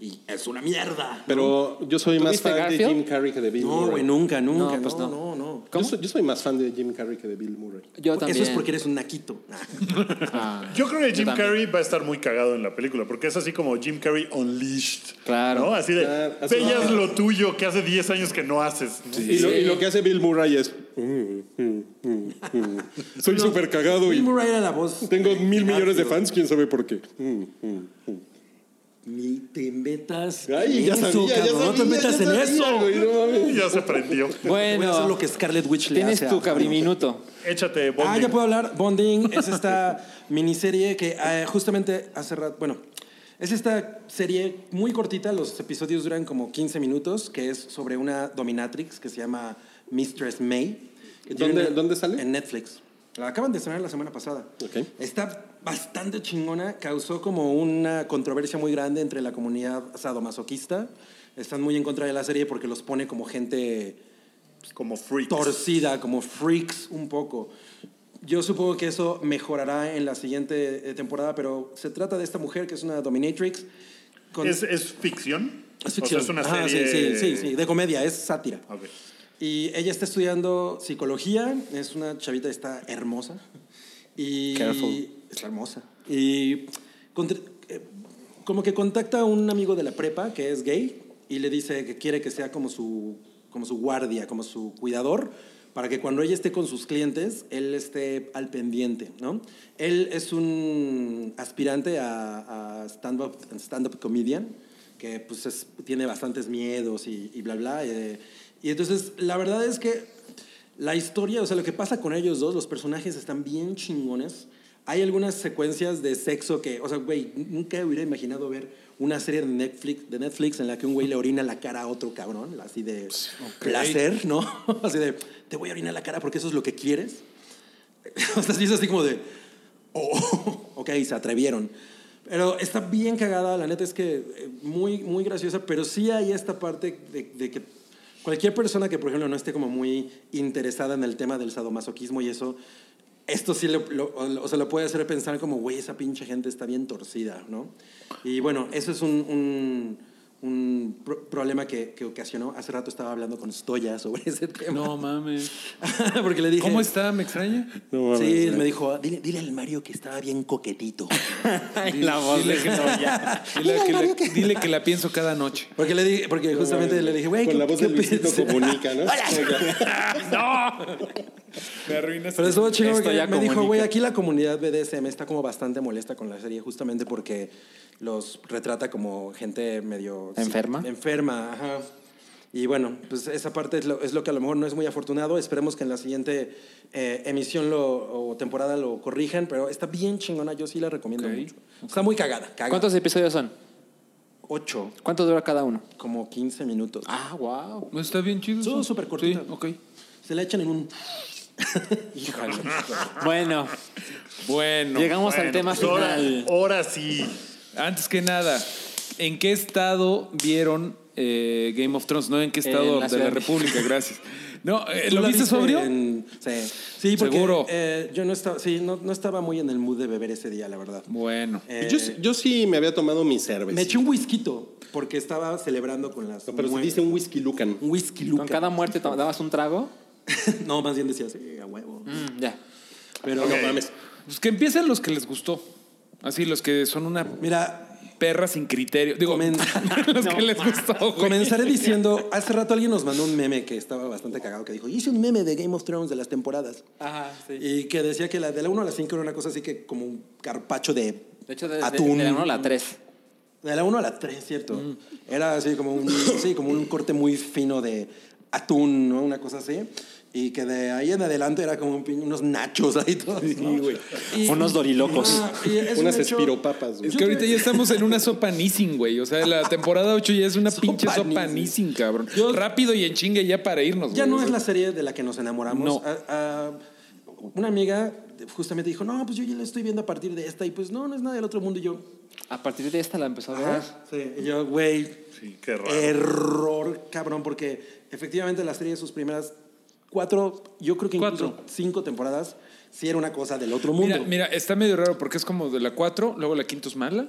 Speaker 4: Y es una mierda.
Speaker 3: Pero yo soy más
Speaker 5: ¿Tuviste
Speaker 3: fan de
Speaker 5: Garfield?
Speaker 3: Jim Carrey que de Bill
Speaker 4: No,
Speaker 3: Murray.
Speaker 4: güey, nunca, nunca.
Speaker 5: No, pues
Speaker 4: no, no,
Speaker 5: no.
Speaker 4: no.
Speaker 3: Yo soy, yo soy más fan de Jim Carrey que de Bill Murray.
Speaker 5: Yo también.
Speaker 4: Eso es porque eres un naquito.
Speaker 5: Ah.
Speaker 2: Yo creo que Jim
Speaker 5: también.
Speaker 2: Carrey va a estar muy cagado en la película, porque es así como Jim Carrey Unleashed.
Speaker 5: Claro.
Speaker 2: ¿no? Así de,
Speaker 3: Claro, así
Speaker 2: bellas
Speaker 3: no.
Speaker 2: lo tuyo que hace 10 años que no haces. ¿no?
Speaker 3: Y, lo, y lo que hace Bill Murray es. "Mm, mm, mm, mm". Soy súper cagado
Speaker 4: Bill
Speaker 3: y
Speaker 4: Murray era la voz.
Speaker 3: tengo
Speaker 4: de
Speaker 3: mil millones de
Speaker 4: Garfield.
Speaker 3: fans, quién sabe por qué. Mm, mm.
Speaker 4: Ni te metas
Speaker 3: Ay,
Speaker 4: en
Speaker 3: ya
Speaker 4: eso,
Speaker 3: sabía, ya
Speaker 4: cabrón.
Speaker 3: sabía.
Speaker 4: No te metas
Speaker 3: ya
Speaker 4: en
Speaker 3: sabía,
Speaker 4: eso.
Speaker 3: güey, no mames.
Speaker 2: Ya se prendió.
Speaker 4: Voy a hacer
Speaker 5: Bueno,
Speaker 4: lo que Scarlet Witch le
Speaker 5: tienes
Speaker 4: hace a-
Speaker 5: tu cabriminuto.
Speaker 2: Échate,
Speaker 4: Ah,
Speaker 2: Bonding.
Speaker 4: ya puedo hablar. Bonding es esta miniserie que eh, justamente hace rato. Bueno, es esta serie muy cortita. Los episodios duran como 15 minutos, que es sobre una dominatrix que se llama Mistress May. que tiene
Speaker 3: ¿Dónde-
Speaker 4: en-
Speaker 3: dónde sale?
Speaker 4: En Netflix. La acaban de estrenar la semana pasada.
Speaker 3: Ok.
Speaker 4: Está bastante chingona. Causó como una controversia muy grande entre la comunidad sadomasoquista. Están muy en contra de la serie porque los pone como gente
Speaker 2: Como freaks.
Speaker 4: torcida, como freaks un poco. Yo supongo que eso mejorará en la siguiente eh, temporada, pero se trata de esta mujer que es una dominatrix. con-
Speaker 2: ¿Es, es ficción?
Speaker 4: es ficción.
Speaker 2: O sea, es
Speaker 4: Ajá,
Speaker 2: una serie. Ah.
Speaker 4: sí, sí, sí, sí, de comedia, es sátira.
Speaker 2: Ok.
Speaker 4: Y ella está estudiando psicología, es una chavita, está hermosa. Y
Speaker 5: Careful.
Speaker 4: Está hermosa. Y contra- eh, como que contacta a un amigo de la prepa que es gay y le dice que quiere que sea como su, como su guardia, como su cuidador, para que cuando ella esté con sus clientes, él esté al pendiente, ¿no? Él es un aspirante a, a stand-up stand comedian que pues es- tiene bastantes miedos y, y bla, bla. eh, y entonces, la verdad es que la historia, o sea, lo que pasa con ellos dos, los personajes están bien chingones. Hay algunas secuencias de sexo que, o sea, güey, nunca hubiera imaginado ver una serie de Netflix, de Netflix en la que un güey le orina la cara a otro cabrón, así de placer, ¿no? Así de, te voy a orinar la cara porque eso es lo que quieres. O sea, sí es así como de, oh, ok, se atrevieron. Pero está bien cagada, la neta es que eh, muy, muy graciosa, pero sí hay esta parte de, de que cualquier persona que, por ejemplo, no esté como muy interesada en el tema del sadomasoquismo y eso, esto sí lo, lo- o sea, lo puede hacer pensar como, güey, esa pinche gente está bien torcida, ¿no? Y bueno, eso es un, un, un pro- problema que, que ocasionó. Hace rato estaba hablando con Stoya sobre ese tema.
Speaker 6: No mames.
Speaker 4: Porque le dije...
Speaker 6: ¿Cómo está? ¿Me extraña?
Speaker 3: No
Speaker 4: Sí,
Speaker 3: mames.
Speaker 4: me dijo, dile, dile al Mario que estaba bien coquetito.
Speaker 5: la voz
Speaker 6: dile, que, dile, que la, dile que la pienso cada noche.
Speaker 4: Porque, le dije, porque justamente le dije, güey,
Speaker 3: Con
Speaker 4: ¿qué-
Speaker 3: la voz
Speaker 4: qué
Speaker 3: de Luisito
Speaker 4: piensas?"
Speaker 3: Comunica, ¿no?
Speaker 6: Me arruinas.
Speaker 4: Pero estuvo chido
Speaker 5: Esto
Speaker 4: porque
Speaker 5: ya
Speaker 4: me dijo,
Speaker 5: comunica.
Speaker 4: güey, aquí la comunidad BDSM está como bastante molesta con la serie, justamente porque los retrata como gente medio...
Speaker 5: ¿Enferma?
Speaker 4: sí, enferma, ajá. Y bueno, pues esa parte es lo, es lo que a lo mejor no es muy afortunado. Esperemos que en la siguiente eh, emisión lo, o temporada lo corrijan, pero está bien chingona, yo sí la recomiendo
Speaker 6: Ok,
Speaker 4: mucho. Está muy cagada, cagada.
Speaker 5: ¿Cuántos episodios son?
Speaker 4: Ocho,
Speaker 5: ¿Cuánto dura cada uno?
Speaker 4: como 15 minutos.
Speaker 5: Ah, wow.
Speaker 6: No, Está bien chido.
Speaker 4: Estuvo
Speaker 6: eso.
Speaker 4: súper cortita.
Speaker 6: Sí, ok.
Speaker 4: Se la echan en un...
Speaker 5: Híjole. bueno,
Speaker 6: Bueno.
Speaker 5: llegamos
Speaker 2: Bueno,
Speaker 5: al tema
Speaker 2: pues ahora-
Speaker 5: final.
Speaker 2: Ahora sí.
Speaker 6: Antes que nada, ¿en qué estado vieron eh, Game of Thrones? No, ¿en qué estado
Speaker 5: En la
Speaker 6: de la
Speaker 5: Ciudad de-
Speaker 6: República? Gracias. No, eh,
Speaker 4: ¿Tú
Speaker 6: ¿lo
Speaker 4: la
Speaker 6: viste sobrio?
Speaker 4: en- Sí, sí porque
Speaker 6: Seguro.
Speaker 4: eh, yo no estaba, sí, no, no estaba muy en el mood de beber ese día, la verdad.
Speaker 6: Bueno.
Speaker 4: Eh,
Speaker 3: Yo, sí- yo sí me había tomado mi cerveza.
Speaker 4: me eché un whisky porque estaba celebrando con las.
Speaker 3: pues No, pero se
Speaker 4: nueve.
Speaker 3: dice un whisky Lucan.
Speaker 4: un whisky
Speaker 5: Con
Speaker 4: Luca.
Speaker 5: cada muerte to- dabas un trago.
Speaker 4: no, más bien decía, sí, a huevo.
Speaker 5: Mm, ya.
Speaker 4: Pero
Speaker 3: No mames.
Speaker 6: Pues que empiecen los que les gustó. Así, los que son una
Speaker 4: mira,
Speaker 6: perras sin criterio. Digo,
Speaker 4: Comen-
Speaker 6: los que les gustó, güey.
Speaker 4: Comenzaré diciendo, hace rato alguien nos mandó un meme que estaba bastante cagado, que dijo, hice un meme de Game of Thrones de las temporadas.
Speaker 5: Ajá, sí.
Speaker 4: Y que decía que la de la 1 a la 5 era una cosa así que como un carpacho de,
Speaker 5: De hecho, de, de-
Speaker 4: atún.
Speaker 5: de la 1 a la 3.
Speaker 4: De la 1 a la 3, ¿cierto? Era así como un, sí, como un corte muy fino de atún, ¿no? Una cosa así. Y que de ahí en adelante era como un pin- unos nachos ahí todos. ¿no? Y-
Speaker 5: Unos dorilocos.
Speaker 4: Ah, y es un
Speaker 3: Unas
Speaker 4: hecho-
Speaker 3: espiropapas, güey.
Speaker 6: Es que ahorita ya estamos en una sopa Nissin, güey. O sea, la temporada 8 ya es una pinche sopa
Speaker 4: Nissin.
Speaker 6: Nissin, cabrón.
Speaker 4: Yo-
Speaker 6: Rápido y en chingue ya para irnos,
Speaker 4: Ya
Speaker 6: güey.
Speaker 4: no
Speaker 6: O
Speaker 4: es
Speaker 6: sea,
Speaker 4: la serie de la que nos enamoramos.
Speaker 6: No.
Speaker 4: Ah, ah, una amiga justamente dijo, no, pues yo ya la estoy viendo a partir de esta y pues no, no es nada del otro mundo. Y yo, "¿Eh?".
Speaker 5: A partir de esta la empezó a ver.
Speaker 4: sí. Y yo, güey,
Speaker 2: Sí, qué raro.
Speaker 4: Eh, error, cabrón, porque efectivamente la serie de sus primeras cuatro, yo creo que incluso
Speaker 6: Cuatro.
Speaker 4: cinco temporadas, sí era una cosa del otro mundo.
Speaker 6: Mira, mira, está medio raro porque es como de la 4, luego la 5 es mala,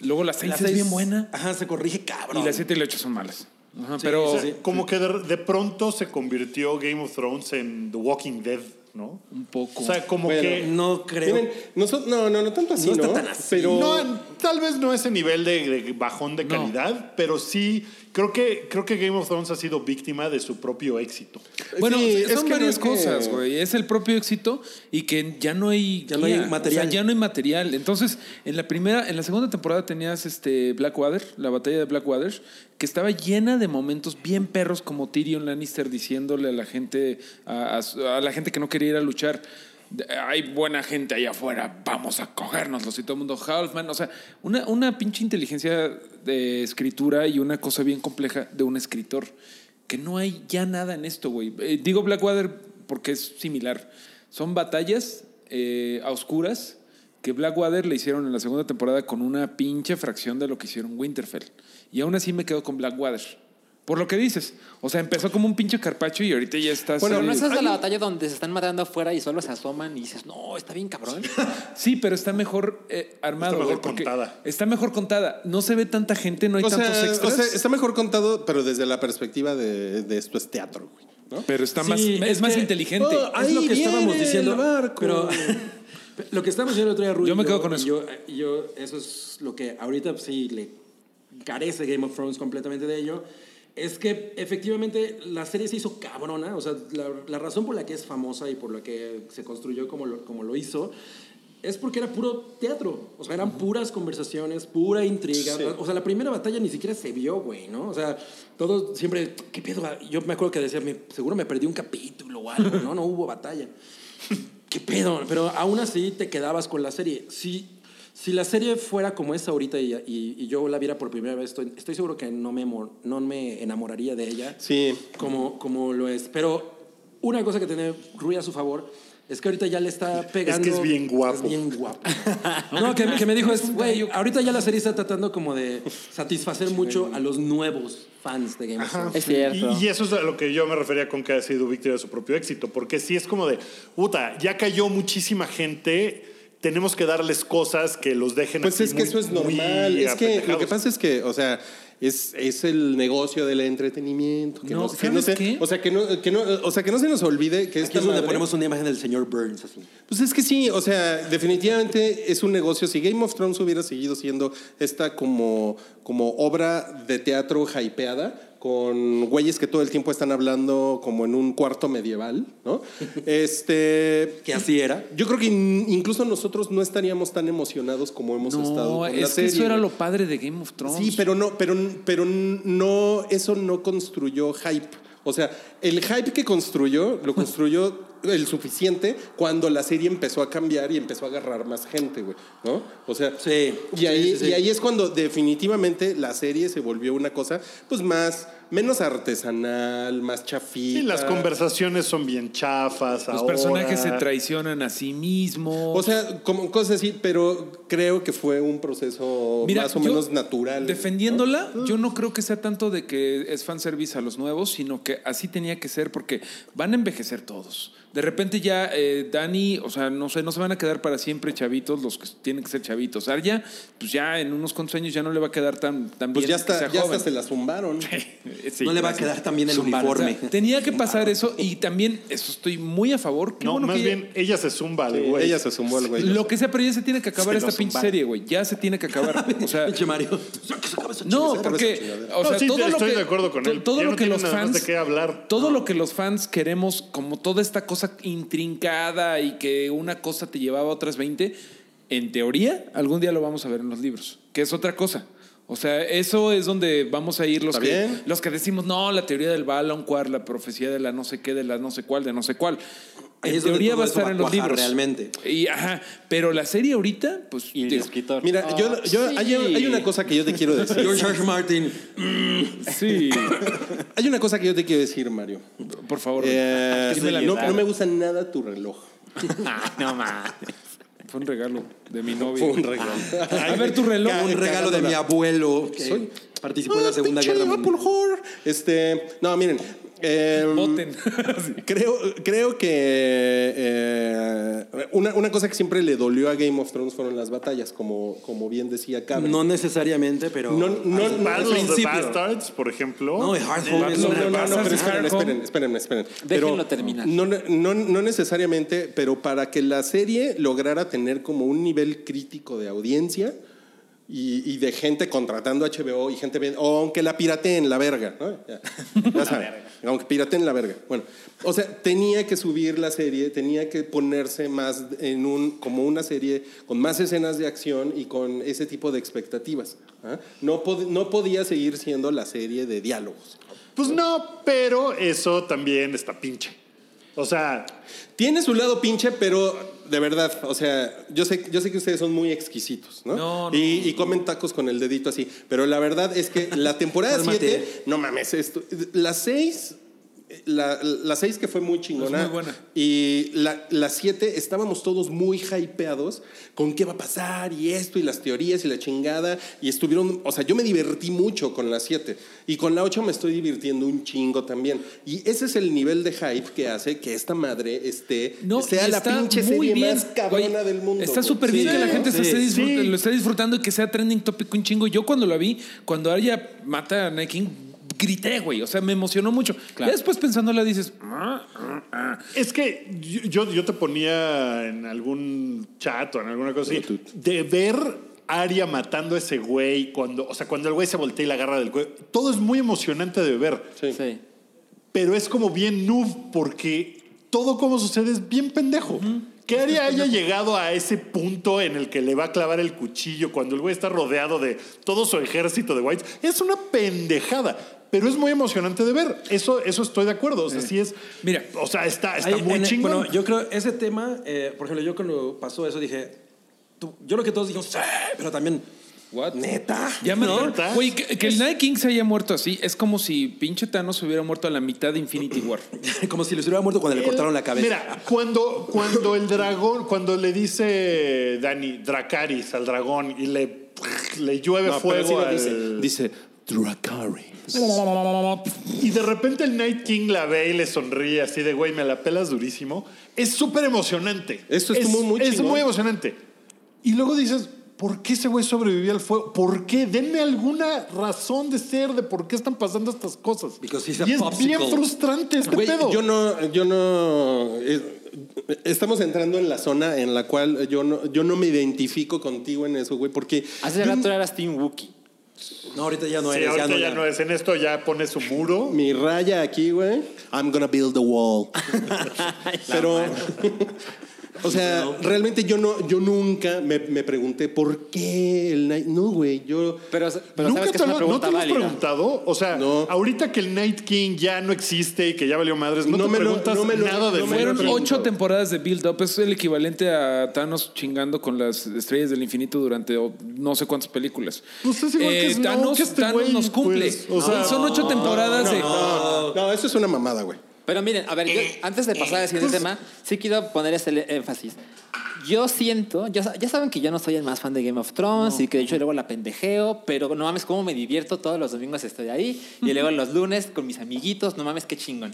Speaker 6: luego la 6
Speaker 4: La
Speaker 6: es
Speaker 4: seis-
Speaker 6: bien buena
Speaker 4: Ajá, se corrige, cabrón.
Speaker 6: y la 7 y la 8 son malas. Ajá,
Speaker 2: O
Speaker 6: pero
Speaker 2: sea, como que de, de pronto se convirtió Game of Thrones en The Walking Dead, ¿no?
Speaker 6: un poco.
Speaker 2: O sea, como
Speaker 3: Bueno,
Speaker 2: que...
Speaker 4: No creo.
Speaker 3: Miren, noso- no, no, no tanto así,
Speaker 4: No
Speaker 3: ¿no?
Speaker 4: está tan así.
Speaker 3: Pero
Speaker 2: No, tal vez no ese nivel de, de bajón de
Speaker 6: No.
Speaker 2: calidad, pero sí creo que creo que Game of Thrones ha sido víctima de su propio éxito.
Speaker 6: Bueno,
Speaker 3: Sí, es
Speaker 6: son
Speaker 3: que no
Speaker 6: varias
Speaker 3: es que-
Speaker 6: cosas, güey. Es el propio éxito y que ya no hay
Speaker 4: Ya no hay material.
Speaker 6: O sea, ya no hay material. Entonces, en la primera, en la segunda temporada tenías este Blackwater, la batalla de Blackwater, que estaba llena de momentos bien perros como Tyrion Lannister diciéndole a la gente a, a- a la gente que no quería ir a luchar. "De- Hay buena gente allá afuera, vamos a cogérnoslos y todo el mundo, Halfman. O sea, una, una pinche inteligencia de escritura y una cosa bien compleja de un escritor que no hay ya nada en esto, güey. Eh, digo Blackwater porque es similar. Son batallas eh, a oscuras que Blackwater le hicieron en la segunda temporada con una pinche fracción de lo que hicieron Winterfell. Y aún así me quedo con Blackwater. Por lo que dices. O sea, empezó como un pinche carpacho y ahorita ya está.
Speaker 5: Bueno,
Speaker 6: así-
Speaker 5: ¿no es esa la batalla donde se están matando afuera y solo se asoman y dices, no, está bien cabrón?
Speaker 6: Sí, pero está mejor eh, armado.
Speaker 2: Está mejor
Speaker 6: güey, porque
Speaker 2: contada.
Speaker 6: Está mejor contada. No se ve tanta gente, no hay
Speaker 3: o sea,
Speaker 6: tantos
Speaker 3: o
Speaker 6: extras.
Speaker 3: sea, está mejor contado, pero desde la perspectiva de, de esto es teatro, güey. ¿no?
Speaker 6: Pero está
Speaker 4: Sí,
Speaker 6: más, es,
Speaker 4: es
Speaker 6: más
Speaker 4: que-
Speaker 6: inteligente.
Speaker 3: Oh,
Speaker 4: es lo
Speaker 3: Ahí
Speaker 4: que estábamos
Speaker 3: viene
Speaker 4: diciendo.
Speaker 3: el barco.
Speaker 4: Pero lo que estábamos diciendo el otro día, Rudy,
Speaker 6: Yo me quedo con
Speaker 4: y
Speaker 6: eso.
Speaker 4: Yo, y yo- eso es lo que ahorita pues, sí le carece Game of Thrones completamente de ello. Es que efectivamente la serie se hizo cabrona. O sea, la, la razón por la que es famosa y por la que se construyó como lo, como lo hizo. Es porque era puro teatro, o sea, eran puras conversaciones, pura intriga. O sea, la primera batalla ni siquiera se vio, güey, ¿no? O sea, todos siempre, ¿qué pedo? Yo me acuerdo que decía, "Me- seguro me perdí un capítulo o algo, ¿no? No hubo batalla. ¿Qué pedo? Pero aún así te quedabas con la serie. Si, si la serie fuera como es ahorita y, y- y yo la viera por primera vez, estoy, estoy seguro que no me, amor- no me enamoraría de ella
Speaker 3: Sí.
Speaker 4: como, como lo es. Pero una cosa que tiene Rui a su favor es que ahorita ya le está pegando.
Speaker 2: es bien guapo.
Speaker 4: Es bien guapo. No, que, que me dijo es, güey, ahorita ya la serie está tratando como de satisfacer mucho a los nuevos fans de Game of Thrones.
Speaker 5: Es cierto.
Speaker 2: Y, y eso es a lo que yo me refería con que ha sido víctima de su propio éxito, porque sí es como de, puta, ya cayó muchísima gente, tenemos que darles cosas que los dejen
Speaker 3: Pues
Speaker 2: así
Speaker 3: es que
Speaker 2: muy-
Speaker 3: eso es
Speaker 2: muy
Speaker 3: normal. Es que lo
Speaker 2: apendejados.
Speaker 3: que pasa es que, o sea, es, es el negocio del entretenimiento. Que
Speaker 6: No,
Speaker 3: no, que no
Speaker 6: ¿sabes
Speaker 3: se-
Speaker 6: qué?
Speaker 3: O sea, que no, que no, o sea, que no se nos olvide que
Speaker 4: Aquí
Speaker 3: esta
Speaker 4: es donde
Speaker 3: madre-
Speaker 4: ponemos una imagen del señor Burns así.
Speaker 3: Pues es que sí, o sea, definitivamente es un negocio. Si Game of Thrones hubiera seguido siendo esta como, como obra de teatro hypeada, con güeyes que todo el tiempo están hablando como en un cuarto medieval, ¿no? Este.
Speaker 4: Que así era.
Speaker 3: Yo creo que in- incluso nosotros no estaríamos tan emocionados como hemos estado.
Speaker 6: no,
Speaker 3: con la
Speaker 6: es que
Speaker 3: serie,
Speaker 6: eso era
Speaker 3: güey.
Speaker 6: lo padre de Game of Thrones.
Speaker 3: Sí, pero no, pero, pero no, eso no construyó hype. O sea, el hype que construyó, lo construyó el suficiente cuando la serie empezó a cambiar y empezó a agarrar más gente, güey, ¿no? O sea,
Speaker 4: Sí, sí,
Speaker 3: y, ahí,
Speaker 4: sí, sí.
Speaker 3: y ahí es cuando definitivamente la serie se volvió una cosa, pues más, menos artesanal, más chafita.
Speaker 2: Sí, las conversaciones son bien chafas.
Speaker 6: Los
Speaker 2: ahora.
Speaker 6: personajes se traicionan a sí mismos.
Speaker 3: O sea, como pues cosas así, pero creo que fue un proceso
Speaker 6: Mira,
Speaker 3: más o
Speaker 6: yo,
Speaker 3: menos Ah. natural.
Speaker 6: Defendiéndola, yo no creo que sea tanto de que es fanservice a los nuevos, sino que así tenía que ser porque van a envejecer todos. De repente ya eh, Dani, o sea, no sé, no se van a quedar para siempre chavitos los que tienen que ser chavitos. Arya, pues ya en unos cuantos años ya no le va a quedar tan, tan
Speaker 3: Pues
Speaker 6: bien
Speaker 3: ya,
Speaker 6: que
Speaker 3: está,
Speaker 6: sea
Speaker 3: ya
Speaker 6: joven. Eh,
Speaker 3: hasta se la zumbaron.
Speaker 6: Sí,
Speaker 4: no le va a
Speaker 6: gracias.
Speaker 4: quedar también el
Speaker 5: Zumbar,
Speaker 6: O sea,
Speaker 4: uniforme.
Speaker 6: tenía que pasar eso y también eso estoy muy a favor. Qué
Speaker 2: No,
Speaker 6: bueno
Speaker 2: más
Speaker 6: que ella-
Speaker 2: bien ella se zumba de güey.
Speaker 3: Ella se zumbó al güey.
Speaker 6: Lo que sea, pero ya se tiene que acabar
Speaker 2: Se
Speaker 6: esta
Speaker 2: lo
Speaker 6: pinche
Speaker 2: zumbaron.
Speaker 6: serie, güey. Ya se tiene que acabar. O sea,
Speaker 4: Pinche Mario.
Speaker 6: no,
Speaker 3: esa
Speaker 6: porque
Speaker 3: chingadera.
Speaker 6: o sea,
Speaker 2: No, sí,
Speaker 6: todo lo
Speaker 2: estoy
Speaker 6: que-
Speaker 2: de acuerdo con
Speaker 6: to-
Speaker 2: él.
Speaker 6: Todo
Speaker 2: Ya
Speaker 6: lo
Speaker 2: no
Speaker 6: que
Speaker 2: tiene
Speaker 6: los
Speaker 2: nada más
Speaker 6: fans
Speaker 2: de qué hablar.
Speaker 6: Todo lo que los fans queremos, como toda esta cosa intrincada y que una cosa te llevaba a otras 20, en teoría, algún día lo vamos a ver en los libros, que es otra cosa. O sea, eso es donde vamos a ir los
Speaker 3: Está
Speaker 6: que,
Speaker 3: bien.
Speaker 6: los que decimos, no, la teoría del Balonquar, la profecía de la no sé qué, de la no sé cuál, de no sé cuál.
Speaker 4: Ahí
Speaker 6: En
Speaker 4: es donde
Speaker 6: teoría
Speaker 4: todo
Speaker 6: va a
Speaker 4: eso
Speaker 6: estar
Speaker 4: va a
Speaker 6: en los
Speaker 4: cuajar
Speaker 6: libros.
Speaker 4: realmente.
Speaker 6: Y, ajá, pero la serie ahorita, pues.
Speaker 5: Y el
Speaker 6: digo,
Speaker 5: escritor.
Speaker 3: Mira,
Speaker 5: Ah,
Speaker 3: yo, yo-
Speaker 5: sí.
Speaker 3: hay, hay una cosa que yo te quiero decir.
Speaker 4: George R. R. Martin.
Speaker 6: sí,
Speaker 3: Hay una cosa que yo te quiero decir, Mario.
Speaker 6: por favor.
Speaker 3: Eh,
Speaker 6: dime la
Speaker 3: no,
Speaker 6: verdad.
Speaker 3: no me gusta nada tu reloj.
Speaker 5: no mames.
Speaker 6: Fue un regalo de mi novia.
Speaker 3: Fue un regalo.
Speaker 6: A ver tu reloj.
Speaker 3: Ca-
Speaker 4: Un regalo de
Speaker 3: cagándola.
Speaker 4: mi abuelo que
Speaker 3: Soy-
Speaker 4: participó en la
Speaker 3: Ah,
Speaker 4: Segunda
Speaker 3: pinche
Speaker 4: Guerra
Speaker 3: Apple
Speaker 4: Mundial.
Speaker 3: whore. Este, no, miren. em,
Speaker 6: Voten. Sí.
Speaker 3: Creo, creo que eh, una, una cosa que siempre le dolió a Game of Thrones fueron las batallas, como, como bien decía Cabri.
Speaker 4: No necesariamente, pero.
Speaker 3: No, no, no,
Speaker 2: Battle of
Speaker 3: al
Speaker 2: the
Speaker 3: principio.
Speaker 2: Bastards, por ejemplo.
Speaker 4: No, y Hardhome es
Speaker 3: No,
Speaker 4: una
Speaker 3: no, no, no,
Speaker 4: pasas,
Speaker 3: pero esperen,
Speaker 6: Hardhome.
Speaker 3: esperen, esperen, esperen.
Speaker 5: Déjenlo terminar.
Speaker 3: No, no, no necesariamente, pero para que la serie lograra tener como un nivel crítico de audiencia y, y de gente contratando HBO y gente viendo, o aunque la pirateen la verga, ¿no? Ya, ya saben, aunque pirateen la verga. Bueno, o sea, tenía que subir la serie, tenía que ponerse más en un, como una serie con más escenas de acción y con ese tipo de expectativas. ¿ah? No, pod- no podía seguir siendo la serie de diálogos.
Speaker 2: Pues no, pero eso también está pinche. O sea,
Speaker 3: Tiene su lado pinche, pero de verdad, o sea, yo sé, yo sé que ustedes son muy exquisitos, ¿no?
Speaker 6: No, no.
Speaker 3: Y, y comen tacos con el dedito así, pero la verdad es que la temporada
Speaker 4: Cálmate.
Speaker 3: 7, no mames, esto, la 6, la, la 6 que fue muy chingona,
Speaker 6: Es muy buena.
Speaker 3: y la, la 7 estábamos todos muy hypeados con qué va a pasar y esto y las teorías y la chingada, y estuvieron, o sea, yo me divertí mucho con la 7, y con la 8 me estoy divirtiendo un chingo también, y ese es el nivel de hype que hace que esta madre esté
Speaker 6: No,
Speaker 3: sea
Speaker 6: y
Speaker 3: la
Speaker 6: está
Speaker 3: pinche
Speaker 6: muy
Speaker 3: serie
Speaker 6: bien,
Speaker 3: más cabrona
Speaker 6: güey.
Speaker 3: del mundo.
Speaker 6: Está
Speaker 3: güey.
Speaker 6: súper
Speaker 4: Sí,
Speaker 6: bien que la
Speaker 4: ¿no?
Speaker 6: gente se
Speaker 4: Sí,
Speaker 6: esté disfrut-
Speaker 2: sí.
Speaker 6: lo esté disfrutando y que sea trending topic un chingo. Yo cuando la vi, cuando Arya mata a Night King, grité, güey. O sea, me emocionó mucho.
Speaker 5: Claro.
Speaker 6: Ya después pensándola dices, "Ah, ah, ah".
Speaker 2: es que yo, yo te ponía en algún chat o en alguna cosa así,
Speaker 3: Bluetooth.
Speaker 2: de ver Aria matando a ese güey cuando, o sea, cuando el güey se voltea y la agarra del cuello. Todo es muy emocionante de ver,
Speaker 3: Sí.
Speaker 5: Sí.
Speaker 2: pero es como bien noob porque todo como sucede es bien pendejo. Que Aria haya llegado a ese punto en el que le va a clavar el cuchillo cuando el güey está rodeado de todo su ejército de whites es una pendejada. Pero es muy emocionante de ver. Eso, eso estoy de acuerdo. O sea, sí es.
Speaker 6: Mira,
Speaker 2: o sea, está, está
Speaker 4: Eh. Ahí,
Speaker 2: muy
Speaker 4: en el-
Speaker 2: chingón.
Speaker 4: Bueno, yo creo ese tema, eh, por ejemplo, yo cuando pasó eso dije, tú- yo lo que todos dijimos, "Sí", pero también,
Speaker 6: "Mm, What?
Speaker 4: neta.
Speaker 6: Ya me
Speaker 4: ¿no?
Speaker 2: ¿Neta?
Speaker 6: Güey, que, que el Night King se haya muerto así es como si pinche Thanos hubiera muerto a la mitad de Infinity War.
Speaker 4: Como si les hubiera muerto cuando le
Speaker 2: El-
Speaker 4: cortaron la cabeza.
Speaker 2: Mira, cuando, cuando el dragón, cuando le dice Dani Dracaris al dragón y le, le llueve
Speaker 3: No, pero
Speaker 2: fuego.
Speaker 3: sí lo
Speaker 2: al-
Speaker 3: dice. Dice Dracari.
Speaker 2: Y de repente el Night King la ve y le sonríe así de güey, me la pelas durísimo. Es súper emocionante.
Speaker 3: Eso
Speaker 2: es
Speaker 3: estuvo muy
Speaker 2: Es
Speaker 3: chingón.
Speaker 2: muy emocionante. Y luego dices, ¿por qué ese güey sobrevivió al fuego? ¿Por qué? Denme alguna razón de ser de por qué están pasando estas cosas.
Speaker 4: Because he's a
Speaker 2: y es
Speaker 4: popsicle.
Speaker 2: bien frustrante este
Speaker 3: Güey,
Speaker 2: pedo.
Speaker 3: yo no, yo no. eh, Estamos entrando en la zona en la cual yo no, yo no me identifico contigo en eso, güey, porque
Speaker 5: Hace rato eras Team Wookie.
Speaker 4: No, ahorita ya no
Speaker 2: Sí,
Speaker 4: eres.
Speaker 2: ahorita
Speaker 4: ya no, ya.
Speaker 2: es. En esto ya pone su muro.
Speaker 3: mi raya aquí, güey, I'm gonna build the wall. Pero, o sea, realmente yo no, yo nunca me, me pregunté por qué el Night. No, güey, yo.
Speaker 5: Pero, pero
Speaker 2: ¿Nunca
Speaker 5: sabes que
Speaker 2: te
Speaker 5: es una
Speaker 2: lo-
Speaker 5: pregunta
Speaker 2: ¿No te lo has
Speaker 5: válida.
Speaker 2: preguntado? O sea,
Speaker 3: No.
Speaker 2: ahorita que el Night King ya no existe y que ya valió madres, no,
Speaker 3: No
Speaker 2: te
Speaker 3: me lo-
Speaker 2: preguntas
Speaker 3: no me lo-
Speaker 2: nada de
Speaker 3: no
Speaker 2: Night
Speaker 3: me lo
Speaker 6: Fueron
Speaker 2: King.
Speaker 3: pregunto.
Speaker 6: ocho temporadas de Build Up. Es el equivalente a Thanos chingando con las estrellas del infinito durante o, no sé cuántas películas. Eh,
Speaker 2: Pues es igual que Snow,
Speaker 6: Thanos,
Speaker 2: que este
Speaker 6: Thanos
Speaker 2: güey,
Speaker 6: nos cumple.
Speaker 2: pues, o sea-
Speaker 6: Güey, son ocho temporadas de.
Speaker 3: No, no, eso es una mamada, güey.
Speaker 5: Pero miren, a ver, yo,
Speaker 3: Eh,
Speaker 5: antes de pasar al siguiente tema, sí quiero poner ese le- énfasis. Yo siento, ya, sa- ya saben que yo no soy el más fan de Game of Thrones y que de hecho luego la pendejeo, pero no mames cómo me divierto todos los domingos estoy ahí y luego los lunes con mis amiguitos, no mames qué chingón.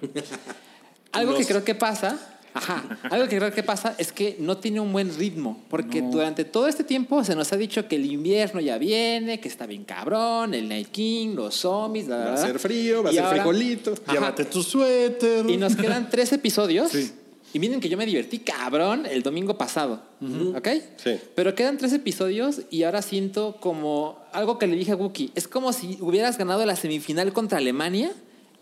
Speaker 5: Algo que creo que pasa Ajá. Algo que creo que pasa es que no tiene un buen ritmo, porque durante todo este tiempo se nos ha dicho que el invierno ya viene, que está bien cabrón, el Night King, los zombies, bla, bla,
Speaker 3: Va a
Speaker 5: bla.
Speaker 3: ser frío, va a
Speaker 5: Ah. Y
Speaker 3: ser
Speaker 5: ahora-
Speaker 3: frijolito.
Speaker 5: Ajá.
Speaker 2: Llévate tu suéter.
Speaker 5: Y nos quedan tres episodios.
Speaker 6: Sí.
Speaker 5: Y miren que yo me divertí cabrón el domingo pasado. ¿Ok?
Speaker 3: Sí.
Speaker 5: Pero quedan tres episodios y ahora siento como algo que le dije a Wookie. Es como si hubieras ganado la semifinal contra Alemania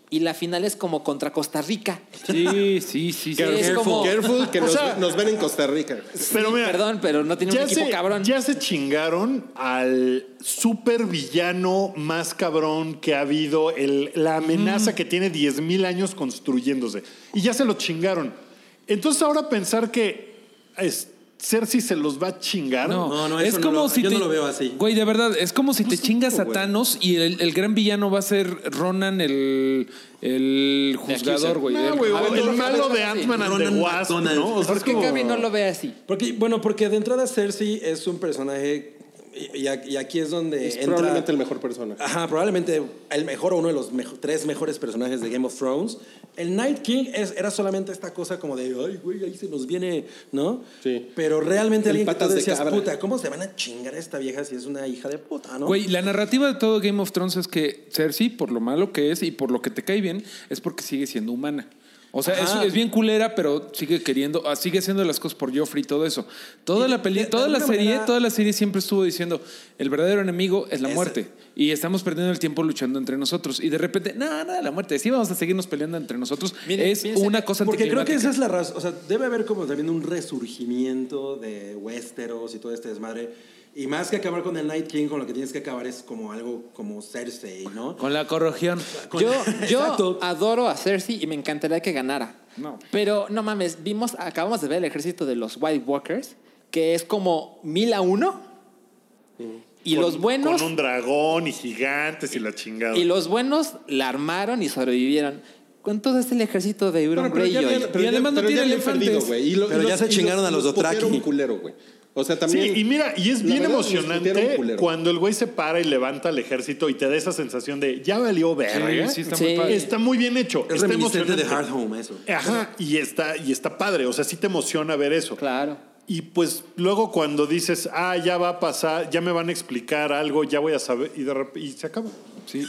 Speaker 5: y la final es como contra Costa Rica.
Speaker 6: Sí, sí, sí. sí.
Speaker 5: es como-
Speaker 3: Careful, que
Speaker 2: O
Speaker 3: nos,
Speaker 2: sea-
Speaker 3: nos ven en Costa Rica.
Speaker 2: Pero
Speaker 5: Sí,
Speaker 2: mira,
Speaker 5: perdón, pero no tiene un equipo
Speaker 2: se,
Speaker 5: cabrón.
Speaker 2: Ya se chingaron al super villano más cabrón que ha habido, el- la amenaza que tiene 10.000 años construyéndose. Y ya se lo chingaron. Entonces ahora pensar que es, Cersei se los va a chingar.
Speaker 6: No,
Speaker 4: No, no,
Speaker 6: es
Speaker 4: eso no
Speaker 6: como
Speaker 4: lo-
Speaker 6: si
Speaker 4: yo
Speaker 6: te,
Speaker 4: no lo veo así.
Speaker 6: Güey, de verdad, es como
Speaker 2: Pues
Speaker 6: si te chingas a
Speaker 3: güey.
Speaker 6: Thanos y el, el gran villano va a ser Ronan, el, el
Speaker 4: ¿eh?
Speaker 6: juzgador, Ah, güey.
Speaker 2: No,
Speaker 6: El-
Speaker 2: güey,
Speaker 5: A ver,
Speaker 2: el
Speaker 5: no,
Speaker 2: malo
Speaker 5: no,
Speaker 2: de
Speaker 5: no,
Speaker 2: Ant-Man and the
Speaker 4: Ronan
Speaker 2: Wasp,
Speaker 4: McDonald.
Speaker 2: ¿no? O sea,
Speaker 5: ¿Por
Speaker 2: es
Speaker 5: qué
Speaker 2: como-
Speaker 5: Gaby no lo ve así?
Speaker 4: Porque, bueno, porque de entrada Cersei es un personaje y, y a- y aquí es donde
Speaker 3: Es
Speaker 4: entra-
Speaker 3: probablemente el mejor personaje.
Speaker 4: Ajá, probablemente el mejor o uno de los mejo- tres mejores personajes de Game of Thrones. El Night King es- era solamente esta cosa como de, ay, güey, ahí se nos viene, ¿no?
Speaker 3: Sí.
Speaker 4: Pero realmente
Speaker 3: El
Speaker 4: alguien que tú
Speaker 3: patas de
Speaker 4: decías,
Speaker 3: cabra.
Speaker 4: puta, ¿cómo se van a chingar a esta vieja si es una hija de puta, no?
Speaker 6: Güey, la narrativa de todo Game of Thrones es que Cersei, por lo malo que es y por lo que te cae bien, es porque sigue siendo humana. O sea, es,
Speaker 4: Ajá.
Speaker 6: es bien culera, pero sigue queriendo, ah, sigue haciendo las cosas por Joffrey y todo eso. Toda
Speaker 4: Y
Speaker 6: la peli,
Speaker 4: de- de
Speaker 6: toda la
Speaker 4: alguna
Speaker 6: serie,
Speaker 4: manera-
Speaker 6: toda la serie siempre estuvo diciendo, el verdadero enemigo es la
Speaker 4: Es-
Speaker 6: muerte y estamos perdiendo el tiempo luchando entre nosotros y de repente, nada, nada, la muerte, sí vamos a seguirnos peleando entre nosotros.
Speaker 5: Miren,
Speaker 6: es
Speaker 5: piensen-
Speaker 6: una cosa
Speaker 4: Porque creo que
Speaker 6: anticlimática.
Speaker 4: esa es la razón. O sea, debe haber como también un resurgimiento de Westeros y todo este desmadre. Y más que acabar con el Night King, con lo que tienes que acabar es como algo como Cersei, ¿no?
Speaker 6: con la corrupción.
Speaker 4: Con-
Speaker 5: Yo, yo
Speaker 4: Exacto.
Speaker 5: adoro a Cersei y me encantaría que ganara.
Speaker 6: No.
Speaker 5: Pero no mames, vimos, acabamos de ver el ejército de los White Walkers, que es como mil a uno. Y
Speaker 2: con-
Speaker 5: los buenos.
Speaker 2: Con un dragón y gigantes y la chingada.
Speaker 5: Y los buenos la armaron y sobrevivieron. Con todo este el ejército de Euron
Speaker 3: ya
Speaker 5: Greyjoy.
Speaker 3: habían- pero
Speaker 6: Y
Speaker 3: ya-
Speaker 6: además no
Speaker 3: pero ya
Speaker 6: tiene
Speaker 3: habían
Speaker 6: elefantes.
Speaker 3: perdido, güey. Y lo-
Speaker 4: Pero
Speaker 3: y
Speaker 4: ya se chingaron a los Dothraki.
Speaker 3: putearon culero, güey. O sea, también.
Speaker 2: Sí, y mira, y es
Speaker 3: la
Speaker 2: bien
Speaker 3: verdad, los putearon
Speaker 2: emocionante
Speaker 3: culero.
Speaker 2: cuando el güey se para y levanta al ejército y te da esa sensación de ya valió verga.
Speaker 6: Sí, sí, está
Speaker 5: Sí.
Speaker 6: muy padre.
Speaker 2: Está muy bien hecho.
Speaker 4: es
Speaker 2: está
Speaker 4: reminiscente de
Speaker 2: emocionante.
Speaker 4: Hard Home, eso.
Speaker 2: Ajá, y está, y está padre. O sea, sí te emociona ver eso.
Speaker 5: Claro.
Speaker 2: Y pues luego cuando dices, ah, ya va a pasar, ya me van a explicar algo, ya voy a saber, y de rep- y se acaba.
Speaker 6: Sí,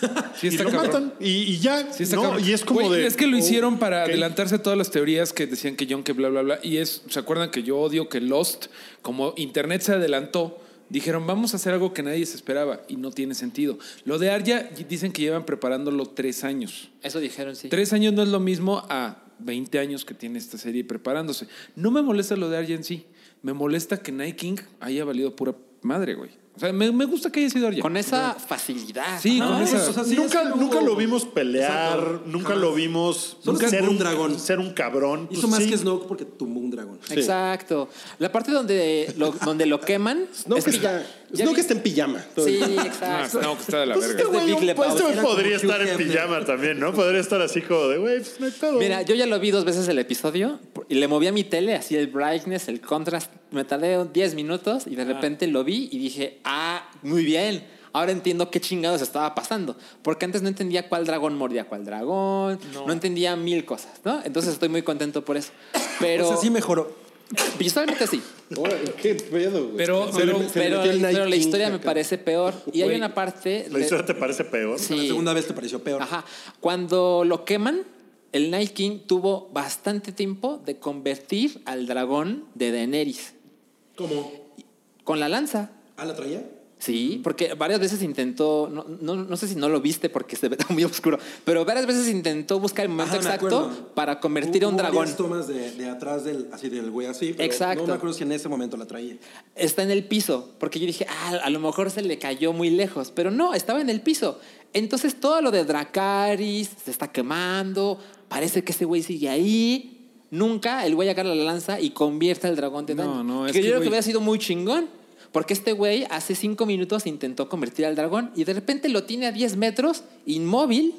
Speaker 2: y
Speaker 6: sí está
Speaker 2: lo
Speaker 6: cabrón.
Speaker 2: matan. Y, y ya.
Speaker 6: Sí, está
Speaker 2: ¿no?
Speaker 6: cabrón.
Speaker 2: Y es como
Speaker 6: Güey,
Speaker 2: de. oh,
Speaker 6: Es que lo hicieron para
Speaker 2: ok.
Speaker 6: adelantarse a todas las teorías que decían que John, que bla, bla, bla. Y es, ¿se acuerdan que yo odio que Lost, como Internet se adelantó, dijeron, vamos a hacer algo que nadie se esperaba y no tiene sentido. Lo de Arya dicen que llevan preparándolo tres años.
Speaker 5: Eso dijeron, sí.
Speaker 6: Tres años no es lo mismo a 20 años que tiene esta serie preparándose. No me molesta lo de Arya en sí. Me molesta que Night King haya valido pura madre, güey. O sea, me, me gusta que haya sido Arya.
Speaker 5: Con esa facilidad.
Speaker 6: Sí,
Speaker 5: Ajá.
Speaker 6: con
Speaker 4: pues,
Speaker 6: esa-
Speaker 4: o sea, sí,
Speaker 2: nunca,
Speaker 4: es algo-
Speaker 2: nunca lo vimos pelear,
Speaker 4: Exacto,
Speaker 2: nunca
Speaker 4: jamás.
Speaker 2: lo vimos
Speaker 4: Solo
Speaker 2: ser
Speaker 4: tumbó un dragón.
Speaker 2: ser un cabrón.
Speaker 4: Hizo
Speaker 2: Pues
Speaker 4: más
Speaker 2: sí.
Speaker 4: que Snoke porque tumbó un dragón.
Speaker 5: Exacto. La parte donde lo, donde lo queman.
Speaker 3: Snoke,
Speaker 5: es que
Speaker 3: está,
Speaker 5: ya- ya
Speaker 3: Snoke
Speaker 5: vi-
Speaker 3: está en pijama. todo
Speaker 5: Sí,
Speaker 3: el-
Speaker 6: Ah,
Speaker 5: exacto.
Speaker 6: no, que está de la
Speaker 2: Pues
Speaker 6: verga.
Speaker 2: este güey,
Speaker 5: Big
Speaker 2: pues este
Speaker 5: Lebowski.
Speaker 2: güey podría
Speaker 4: Era como
Speaker 2: estar en
Speaker 4: Hugh Hefner.
Speaker 2: pijama también, ¿no? Podría estar así como de, güey, pues no hay pedo.
Speaker 5: Mira, yo ya lo vi dos veces el episodio y le moví a mi tele, así el brightness, el contrast. Me tardé 10 minutos y de repente lo vi y dije, ah, muy bien. Ahora entiendo qué chingados estaba pasando. Porque antes no entendía cuál dragón mordía a cuál dragón. No. entendía mil cosas, ¿no? Entonces estoy muy contento por eso. Pero
Speaker 4: O sea, sí mejoró.
Speaker 5: visualmente sí.
Speaker 3: Ahora, ¿Qué pedo, güey?
Speaker 6: Pero-
Speaker 3: Se le-
Speaker 6: pero-
Speaker 3: se le
Speaker 5: Pero,
Speaker 3: metió el Night
Speaker 5: pero la
Speaker 3: King
Speaker 5: historia me
Speaker 3: acá.
Speaker 5: parece peor. Y hay
Speaker 6: Güey,
Speaker 5: una parte...
Speaker 2: ¿La
Speaker 5: de-
Speaker 4: eh,
Speaker 2: historia te parece peor?
Speaker 5: Sí.
Speaker 4: La segunda vez te pareció peor.
Speaker 5: Ajá. Cuando lo queman, el Night King tuvo bastante tiempo de convertir al dragón de Daenerys
Speaker 4: ¿Cómo?
Speaker 5: con la lanza.
Speaker 4: ¿Ah, la traía?
Speaker 5: Sí, porque varias veces intentó, no, no, no sé si no lo viste porque se ve tan muy oscuro, pero varias veces intentó buscar el momento
Speaker 4: Ajá, me
Speaker 5: exacto
Speaker 4: acuerdo.
Speaker 5: para convertir a un
Speaker 4: Hubo
Speaker 5: dragón.
Speaker 4: varias tomas de, de atrás del, así del güey así. pero
Speaker 5: Exacto.
Speaker 4: No me acuerdo si en ese momento la traía.
Speaker 5: Está en el piso, porque yo dije, ah, a lo mejor se le cayó muy lejos, pero no, estaba en el piso. Entonces todo lo de Dracaris se está quemando, parece que ese güey sigue ahí. Nunca el güey agarra la lanza y convierte al dragón de
Speaker 6: No,
Speaker 5: daño.
Speaker 6: no, es
Speaker 5: que
Speaker 6: que,
Speaker 5: yo creo que
Speaker 6: güey-
Speaker 5: hubiera sido muy chingón. Porque este güey hace cinco minutos intentó convertir al dragón y de repente lo tiene a 10 metros, inmóvil.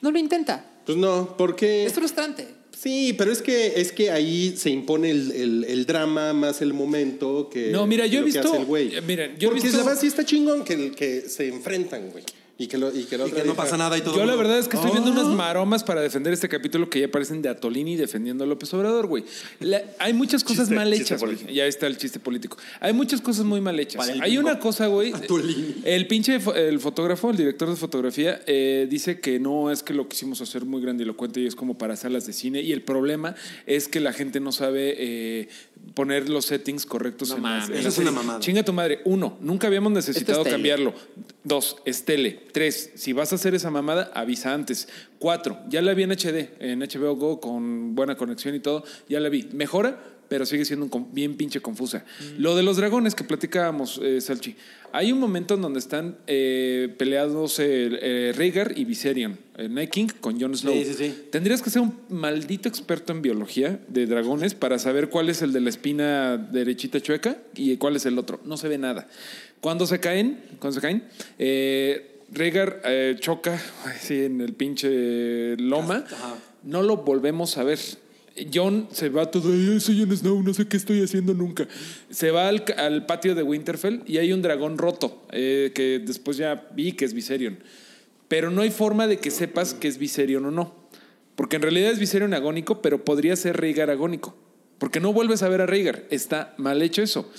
Speaker 5: No lo intenta.
Speaker 3: Pues no, porque.
Speaker 6: Eh.
Speaker 5: Es frustrante.
Speaker 3: Sí, pero es que es que ahí se impone el, el- el drama más el momento que
Speaker 6: No, mira,
Speaker 3: que
Speaker 6: yo he
Speaker 3: lo que
Speaker 6: visto-
Speaker 3: hace el güey.
Speaker 6: eh, mira, yo he
Speaker 3: Porque
Speaker 6: visto-
Speaker 3: la verdad sí está chingón que, que se enfrentan, güey. Y que, lo, y que la
Speaker 4: Y
Speaker 3: otra
Speaker 4: que no
Speaker 3: diga,
Speaker 4: pasa nada y todo.
Speaker 6: Yo
Speaker 4: el
Speaker 6: la
Speaker 4: mundo-
Speaker 6: verdad es que estoy viendo
Speaker 4: Oh.
Speaker 6: unas maromas para defender este capítulo que ya parecen de Atolini defendiendo a López Obrador, güey. La- hay muchas cosas
Speaker 2: Chiste,
Speaker 6: mal
Speaker 2: chiste
Speaker 6: hechas, güey.
Speaker 2: político.
Speaker 6: Ya está el chiste político. Hay muchas cosas muy mal hechas.
Speaker 4: Para el
Speaker 6: Hay
Speaker 4: bingo.
Speaker 6: una cosa, güey.
Speaker 4: Atolini.
Speaker 6: El pinche fo- el fotógrafo, el director de fotografía, eh, dice que no es que lo quisimos hacer muy grandilocuente y es como para salas de cine. Y el problema es que la gente no sabe eh, poner los settings correctos
Speaker 5: No
Speaker 6: en las-
Speaker 5: mames.
Speaker 6: en
Speaker 4: Eso
Speaker 6: las
Speaker 4: es una
Speaker 6: series.
Speaker 4: mamada.
Speaker 6: Chinga tu madre. Uno, nunca habíamos necesitado
Speaker 5: tele.
Speaker 6: cambiarlo hacerlo. Dos, es tele. Tres, si vas a hacer esa mamada, avisa antes. Cuatro, ya la vi en HD, en HBO Go con buena conexión y todo, ya la vi. Mejora, pero sigue siendo un con- bien pinche confusa.
Speaker 4: Mm.
Speaker 6: Lo de los dragones que platicábamos, eh, Salchi. Hay un momento en donde están eh, peleados eh, eh, Rhaegar y Viserion, eh, Night King con Jon Snow.
Speaker 4: Sí, sí, sí.
Speaker 6: Tendrías que ser un maldito experto en biología de dragones para saber cuál es el de la espina derechita chueca y cuál es el otro. No se ve nada. Cuando se caen, cuando se caen, eh, Rhaegar eh, choca así en el pinche loma.
Speaker 4: Ajá.
Speaker 6: No lo volvemos a ver. John se va todo, "Ay, soy Jon Snow, no sé qué estoy haciendo nunca. Se va al, ca- al patio de Winterfell y hay un dragón roto, eh, que después ya vi que es Viserion. Pero no hay forma de que sepas que es Viserion o no. Porque en realidad es Viserion agónico, pero podría ser Rhaegar agónico. Porque no vuelves a ver a Rhaegar. Está mal hecho eso.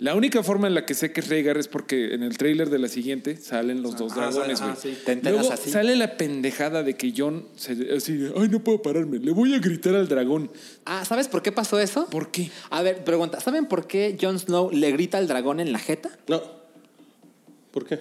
Speaker 6: La única forma en la que sé que es Rhaegar es porque en el tráiler de la siguiente salen los dos
Speaker 4: Ah,
Speaker 6: dragones,
Speaker 4: sale,
Speaker 6: güey.
Speaker 4: ah, sí.
Speaker 5: Te enteras
Speaker 6: Luego
Speaker 5: así.
Speaker 6: sale la pendejada de que John se, así de, ay, no puedo pararme, le voy a gritar al dragón.
Speaker 5: Ah, ¿sabes por qué pasó eso?
Speaker 6: ¿Por qué?
Speaker 5: A ver, pregunta, ¿saben por qué Jon Snow le grita al dragón en la jeta?
Speaker 3: No. ¿Por qué?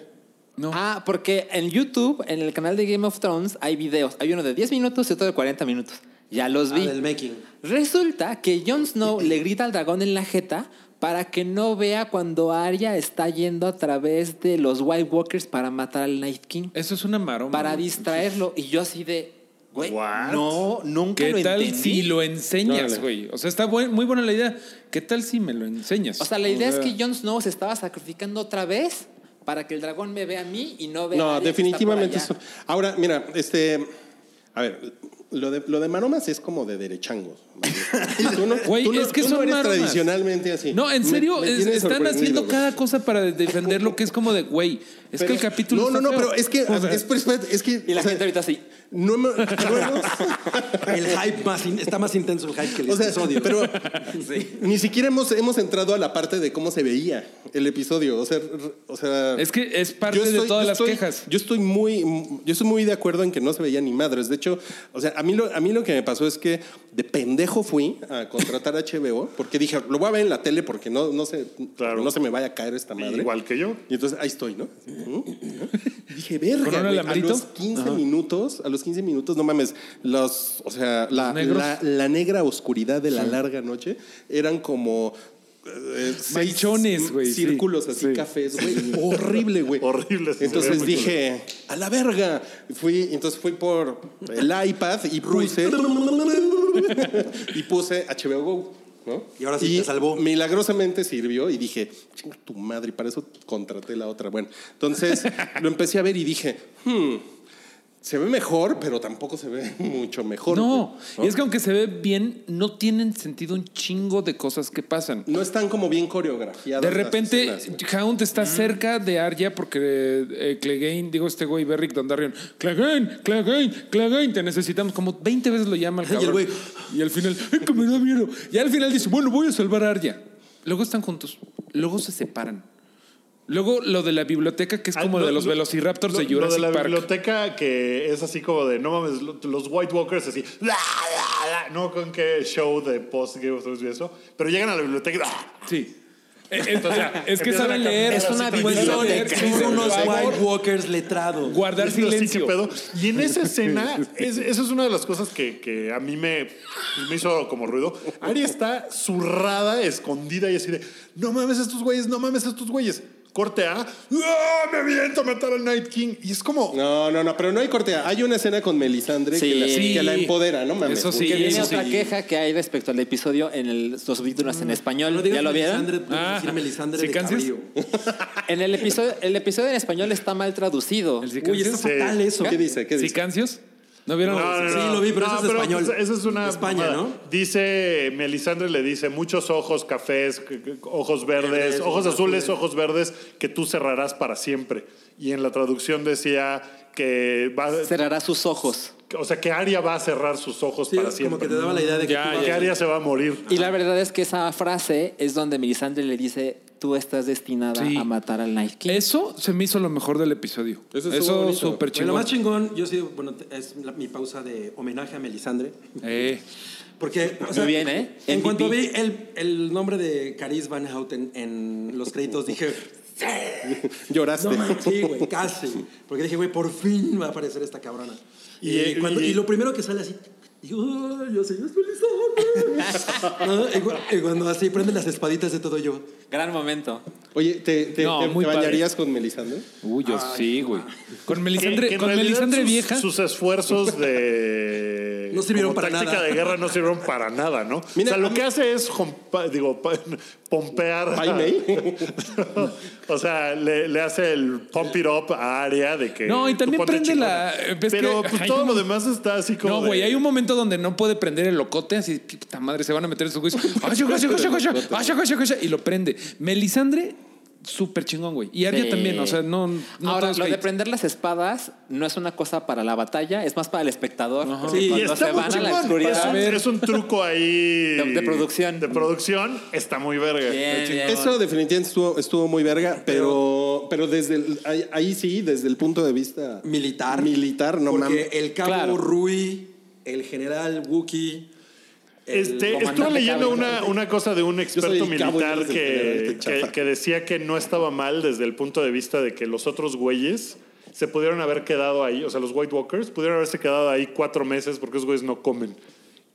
Speaker 6: No.
Speaker 5: Ah, porque en YouTube, en el canal de Game of Thrones, hay videos. Hay uno de 10 minutos y otro de 40 minutos. Ya los
Speaker 4: Ah,
Speaker 5: vi.
Speaker 4: del making.
Speaker 5: Resulta que Jon Snow le grita al dragón en la jeta para que no vea cuando Arya está yendo a través de los White Walkers para matar al Night King.
Speaker 6: Eso es una maroma.
Speaker 5: Para
Speaker 6: güey.
Speaker 5: distraerlo. Y yo así de... Güey,
Speaker 2: What?
Speaker 5: no, nunca
Speaker 6: ¿Qué
Speaker 5: lo
Speaker 6: tal
Speaker 5: entendí.
Speaker 6: si lo enseñas,
Speaker 3: Órale.
Speaker 6: güey? O sea, está buen- muy buena la idea. ¿Qué tal si me lo enseñas?
Speaker 5: O sea, la idea
Speaker 6: O sea,
Speaker 5: es que Jon Snow se estaba sacrificando otra vez para que el dragón me vea a mí y no vea a
Speaker 3: No,
Speaker 5: Arya que está por
Speaker 3: definitivamente
Speaker 5: allá.
Speaker 3: eso. Ahora, mira, este. A ver, lo de, lo de maromas es como de derechangos. Tú no,
Speaker 6: Güey,
Speaker 3: tú no-
Speaker 6: es que
Speaker 3: tú no
Speaker 6: son
Speaker 3: eres
Speaker 6: maromas.
Speaker 3: tradicionalmente así.
Speaker 6: No, en
Speaker 3: Me-
Speaker 6: serio,
Speaker 3: me
Speaker 6: es-
Speaker 3: tienes
Speaker 6: están
Speaker 3: sorprendido,
Speaker 6: haciendo
Speaker 3: güey.
Speaker 6: cada cosa para defender lo que es como de, güey, es que
Speaker 3: Pero-
Speaker 6: el capítulo...
Speaker 3: No,
Speaker 6: está
Speaker 3: no, no,
Speaker 6: feo".
Speaker 3: pero es que.
Speaker 6: O sea,
Speaker 3: es, pero espérate, es que.
Speaker 5: Y la
Speaker 3: o sea,
Speaker 5: gente ahorita así.
Speaker 3: No me- no hemos-
Speaker 4: El hype más in- está más intenso el hype que el
Speaker 3: O sea,
Speaker 4: episodio.
Speaker 3: pero
Speaker 4: Sí.
Speaker 3: ni siquiera hemos, hemos entrado a la parte de cómo se veía el episodio. O sea, r- o sea
Speaker 6: es que es parte de
Speaker 3: estoy-
Speaker 6: todas
Speaker 3: yo
Speaker 6: las
Speaker 3: estoy-
Speaker 6: quejas.
Speaker 3: Yo estoy muy, yo estoy muy de acuerdo en que no se veía ni madres. De hecho, o sea, a mí lo, a mí lo que me pasó es que de pendejo fui a contratar HBO porque dije, lo voy a ver en la tele porque no, no se,
Speaker 2: Claro.
Speaker 3: no se me vaya a caer esta madre.
Speaker 2: Igual que yo.
Speaker 3: Y entonces ahí estoy, ¿no? Dije, verga,
Speaker 6: ¿Con un
Speaker 3: güey, a
Speaker 6: alambrito?
Speaker 3: los 15 minutos, a los 15 minutos, no mames, los, o sea, la,
Speaker 6: negros.
Speaker 3: la, la negra oscuridad de la larga noche eran como eh, seis
Speaker 6: Manchones, güey, sí.
Speaker 3: Círculos así,
Speaker 6: Sí.
Speaker 3: cafés, güey. Horrible, güey.
Speaker 2: Horrible, sí, se
Speaker 3: Entonces
Speaker 2: veía muy
Speaker 3: dije, a la verga. Fui, entonces fui por el iPad y puse, y puse HBO Go. ¿no?
Speaker 4: Y ahora sí te salvó.
Speaker 3: Milagrosamente sirvió y dije, chinga tu madre, y para eso contraté la otra. Bueno, entonces lo empecé a ver y dije, hmm, se ve mejor, pero tampoco se ve mucho mejor.
Speaker 6: No,
Speaker 3: güey,
Speaker 6: y es que aunque se ve bien, no tienen sentido un chingo de cosas que pasan.
Speaker 3: No están como bien coreografiadas.
Speaker 6: De
Speaker 3: las
Speaker 6: repente,
Speaker 3: escenas, güey.
Speaker 6: Hound está cerca de Arya porque eh, Clegane, digo este güey, Berrick Dondarrion, Clegane, Clegane, Clegane, te necesitamos. Como 20 veces lo llama el
Speaker 4: Y el
Speaker 6: cabrón.
Speaker 4: güey,
Speaker 6: Y al final, ¡ay, que me da miedo! Y al final dice, bueno, voy a salvar a Arya. Luego están juntos, luego se separan. Luego lo de la biblioteca, que es como
Speaker 2: Ah, lo-
Speaker 6: de los
Speaker 2: lo-
Speaker 6: Velociraptors
Speaker 2: lo-
Speaker 6: de Jurassic
Speaker 2: Lo de la
Speaker 6: Park.
Speaker 2: biblioteca que es así como de, no mames, lo- los White Walkers así, "La, la, la", no con qué show de post Game of Thrones y eso, pero llegan a la biblioteca, "Ah".
Speaker 6: Sí. Eh, eh, o sea, es que
Speaker 2: Empiezan
Speaker 6: saben
Speaker 2: a caminar
Speaker 6: leer.
Speaker 2: así
Speaker 5: Es una
Speaker 2: tranquilos.
Speaker 6: pueden leer,
Speaker 4: Son
Speaker 6: dicen,
Speaker 4: unos
Speaker 6: por favor,
Speaker 4: White Walkers letrados.
Speaker 6: Guardar
Speaker 2: Esto sí,
Speaker 6: silencio.
Speaker 2: qué pedo. Y en esa escena, es- eso es una de las cosas que, que a mí me, me hizo como ruido. Aria está zurrada, escondida y así de, no mames estos güeyes, no mames estos güeyes. Corte A, "Ah, me aviento a matar al Night King. Y es como,
Speaker 3: No, no, no, pero no hay cortea. Hay una escena con Melisandre que,
Speaker 5: Sí.
Speaker 3: la, que la empodera, ¿no mames?
Speaker 6: Eso sí,
Speaker 3: güey.
Speaker 5: Que viene
Speaker 6: eso
Speaker 5: otra
Speaker 6: sí.
Speaker 5: queja que hay respecto al episodio en el, los subtítulos en español. ¿Ya lo vieron?
Speaker 4: Melisandre, puedes
Speaker 6: Ah,
Speaker 4: decir Melisandre
Speaker 6: ¿sí
Speaker 4: de
Speaker 6: cansas?
Speaker 4: Cabrío.
Speaker 5: En el episodio, el episodio en español está mal traducido.
Speaker 6: El
Speaker 4: Uy, está
Speaker 6: Sicancios.
Speaker 2: Sí.
Speaker 4: fatal eso.
Speaker 3: ¿Qué dice? ¿Qué dice?
Speaker 6: ¿Sicancios? ¿No vieron?
Speaker 4: Sí, lo vi, pero eso es español.
Speaker 2: pues, Eso es una.
Speaker 4: España,
Speaker 2: mamada.
Speaker 4: ¿no?
Speaker 2: Dice, Melisandre le dice, muchos ojos cafés, c- c- ojos verdes,
Speaker 4: Verdes,
Speaker 2: ojos
Speaker 4: ojos
Speaker 2: azules,
Speaker 4: azules.
Speaker 2: ojos verdes, que tú cerrarás para siempre. Y en la traducción decía que va.
Speaker 5: Cerrará sus ojos.
Speaker 2: O sea, que Aria va a cerrar sus ojos
Speaker 4: Sí,
Speaker 2: para
Speaker 4: como
Speaker 2: siempre.
Speaker 4: que te daba la idea de que
Speaker 6: Ya,
Speaker 4: tú
Speaker 6: ya,
Speaker 4: vas-
Speaker 2: Que Aria se va a morir.
Speaker 5: Y la verdad es que esa frase es donde Melisandre le dice, tú estás destinada
Speaker 6: Sí.
Speaker 5: a matar al Night King.
Speaker 6: Eso se me hizo lo mejor del episodio.
Speaker 3: Eso
Speaker 6: Eso,
Speaker 3: estuvo bonito.
Speaker 6: súper
Speaker 4: Bueno, lo
Speaker 6: chingón.
Speaker 4: más chingón, yo sí, bueno, te- es la- mi pausa de homenaje a Melisandre.
Speaker 6: Eh,
Speaker 4: Porque, o
Speaker 5: Muy bien, ¿eh?
Speaker 4: En
Speaker 5: MVP.
Speaker 4: cuanto vi el, el nombre de Caris Van Houten en los créditos, dije,
Speaker 3: Lloraste.
Speaker 4: no manches, sí, güey, casi. Porque dije, güey, por fin va a aparecer esta cabrona. Y,
Speaker 2: Y, eh,
Speaker 4: cuando-
Speaker 2: y-
Speaker 4: y lo primero que sale así, digo, "Ay, yo soy Melisandre. ¿No? y, cu- y cuando así prenden las espaditas de todo yo.
Speaker 5: Gran momento.
Speaker 3: Oye, ¿te, te,
Speaker 6: No,
Speaker 3: te-
Speaker 6: muy
Speaker 3: te bañarías con Melisandre?
Speaker 6: uy, yo sí, güey. Con
Speaker 2: Que- que
Speaker 6: Melisandre,
Speaker 2: en
Speaker 6: con
Speaker 2: realidad
Speaker 6: Melisandre
Speaker 2: sus-
Speaker 6: vieja.
Speaker 2: Sus esfuerzos de.
Speaker 4: No sirvieron
Speaker 2: como
Speaker 4: para
Speaker 2: táctica
Speaker 4: nada.
Speaker 2: de guerra no sirvieron para nada, ¿no?
Speaker 3: Mira,
Speaker 2: o sea,
Speaker 3: a
Speaker 2: lo
Speaker 3: mí-
Speaker 2: que hace es jompa- digo, pa- pompear. a-
Speaker 3: Jaime.
Speaker 2: o sea, le, le hace el pump it up a Aria de que.
Speaker 6: No, y
Speaker 2: tú
Speaker 6: también
Speaker 2: ponte
Speaker 6: prende
Speaker 2: chingona.
Speaker 6: la- ves
Speaker 2: Pero
Speaker 6: que-
Speaker 2: pues,
Speaker 6: hay
Speaker 2: todo
Speaker 6: un-
Speaker 2: lo demás está así como.
Speaker 6: No, güey,
Speaker 2: de-
Speaker 6: hay un momento donde no puede prender el locote, así, puta madre, se van a meter esos güeyes. ¡Asha, asha, asha, asha! ¡Asha, asha, asha! Y lo prende. Melisandre, súper chingón, güey. Y Aria
Speaker 5: Sí.
Speaker 6: también, o sea, no. no
Speaker 5: Ahora,
Speaker 6: todos
Speaker 5: lo de
Speaker 6: hate.
Speaker 5: prender las espadas no es una cosa para la batalla, es más para el espectador. porque
Speaker 4: Sí,
Speaker 2: Y
Speaker 5: cuando
Speaker 2: está
Speaker 5: se
Speaker 2: muy
Speaker 5: van a la
Speaker 2: chingón. Es
Speaker 5: oscuridad.
Speaker 2: un- Es un truco ahí.
Speaker 5: De- de producción.
Speaker 2: De producción. Está muy verga.
Speaker 5: Bien, bien.
Speaker 3: Eso definitivamente estuvo, estuvo muy verga, pero, pero desde el- ahí, ahí sí, desde el punto de vista
Speaker 4: Militar.
Speaker 3: militar, no
Speaker 4: Porque
Speaker 3: mames.
Speaker 4: el cabo
Speaker 5: Claro.
Speaker 4: Rui, el general Wookiee. el
Speaker 2: Este, estuve
Speaker 5: comandante
Speaker 2: leyendo
Speaker 5: Cabo,
Speaker 2: una, una cosa de un
Speaker 3: soy
Speaker 2: experto
Speaker 3: el Cabo y
Speaker 2: militar
Speaker 3: eres el general,
Speaker 2: que,
Speaker 3: este chafa.
Speaker 2: que- que decía que no estaba mal desde el punto de vista de que los otros güeyes se pudieron haber quedado ahí, o sea, los White Walkers pudieron haberse quedado ahí cuatro meses porque esos güeyes no comen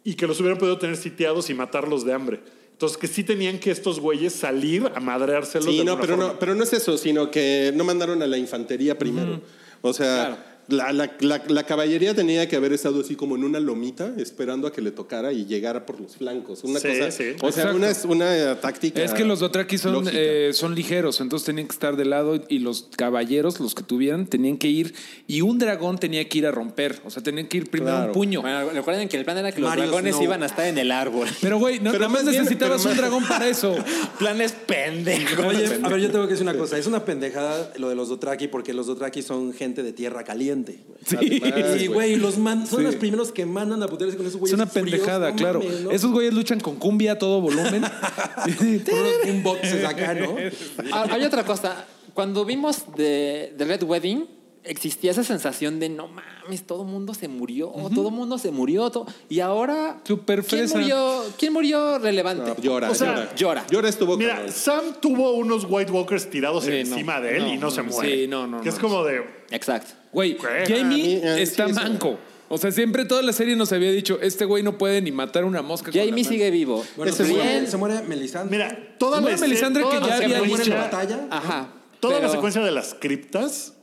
Speaker 2: y que los hubieran podido tener sitiados y matarlos de hambre. Entonces, que sí tenían que estos güeyes salir a madreárselos.
Speaker 3: Sí,
Speaker 2: de
Speaker 3: no,
Speaker 2: alguna
Speaker 3: pero
Speaker 2: forma.
Speaker 3: no, pero no es eso, sino que no mandaron a la infantería primero. O sea, la, la- la- la caballería tenía que haber estado así como en una lomita, esperando a que le tocara y llegara por los flancos. Una
Speaker 2: Sí,
Speaker 3: cosa,
Speaker 2: sí.
Speaker 3: O sea,
Speaker 6: Exacto.
Speaker 3: una, es- una táctica.
Speaker 6: Es que los Dothraki son,
Speaker 3: lógica.
Speaker 6: eh, son ligeros, entonces tenían que estar de lado y los caballeros, los que tuvieran, tenían que ir y un dragón tenía que ir a romper, o sea, tenían que ir primero a
Speaker 3: Claro.
Speaker 6: un puño.
Speaker 5: Bueno, recuerden que el plan era que
Speaker 4: Mario
Speaker 5: los dragones
Speaker 4: Snow.
Speaker 5: iban a estar en el árbol.
Speaker 6: Pero güey, no,
Speaker 3: Pero
Speaker 6: nada más
Speaker 3: más bien-
Speaker 6: necesitabas
Speaker 3: pero
Speaker 6: un
Speaker 3: más-
Speaker 6: dragón para eso.
Speaker 5: Planes pendejos.
Speaker 4: Oye, a ver, yo tengo que decir una cosa. Es una pendejada lo de los Dothraki porque los Dothraki son gente de tierra caliente.
Speaker 3: Además,
Speaker 4: Y, güey, los man- son los primeros que mandan a putearse con esos
Speaker 6: Es
Speaker 4: güeyes.
Speaker 6: una
Speaker 4: fríos,
Speaker 6: pendejada,
Speaker 4: no
Speaker 6: claro.
Speaker 4: mames, ¿no?
Speaker 6: Esos güeyes luchan con cumbia a todo volumen.
Speaker 4: Con unos boomboxes acá, ¿no?
Speaker 5: Ah, Hay otra cosa. Cuando vimos de, de Red Wedding, existía esa sensación de no mames, todo mundo se murió, todo mundo se murió. to- Y ahora.
Speaker 6: Súper
Speaker 5: ¿quién
Speaker 6: fresa.
Speaker 5: murió, ¿Quién murió relevante?
Speaker 3: No, llora,
Speaker 2: O sea,
Speaker 3: llora.
Speaker 5: llora.
Speaker 3: Llora estuvo
Speaker 2: Mira,
Speaker 3: cabrón.
Speaker 2: Sam tuvo unos White Walkers tirados
Speaker 6: Sí, no,
Speaker 2: encima de él
Speaker 6: no,
Speaker 2: y no, se
Speaker 6: no,
Speaker 2: muere.
Speaker 6: sí, no, no,
Speaker 2: Que es
Speaker 6: no.
Speaker 2: como de.
Speaker 5: Exacto.
Speaker 6: Güey,
Speaker 2: ¿Qué?
Speaker 6: Jamie
Speaker 3: Ah, mi- ah,
Speaker 6: está
Speaker 3: sí, sí.
Speaker 6: manco. O sea, siempre toda la serie nos había dicho, este güey no puede ni matar una mosca. con la
Speaker 5: Jamie
Speaker 6: mano".
Speaker 5: sigue vivo.
Speaker 4: Bueno,
Speaker 3: Ese
Speaker 4: se,
Speaker 3: es
Speaker 4: muere,
Speaker 5: Brienne-
Speaker 4: se muere Melisandre.
Speaker 2: Mira, toda
Speaker 6: Se
Speaker 2: la
Speaker 6: muere Melisandre
Speaker 2: toda
Speaker 6: que
Speaker 2: la
Speaker 6: ya había
Speaker 4: se muere en la
Speaker 2: secuencia-
Speaker 4: batalla.
Speaker 5: Ajá.
Speaker 2: Toda
Speaker 5: pero-
Speaker 2: la secuencia de las criptas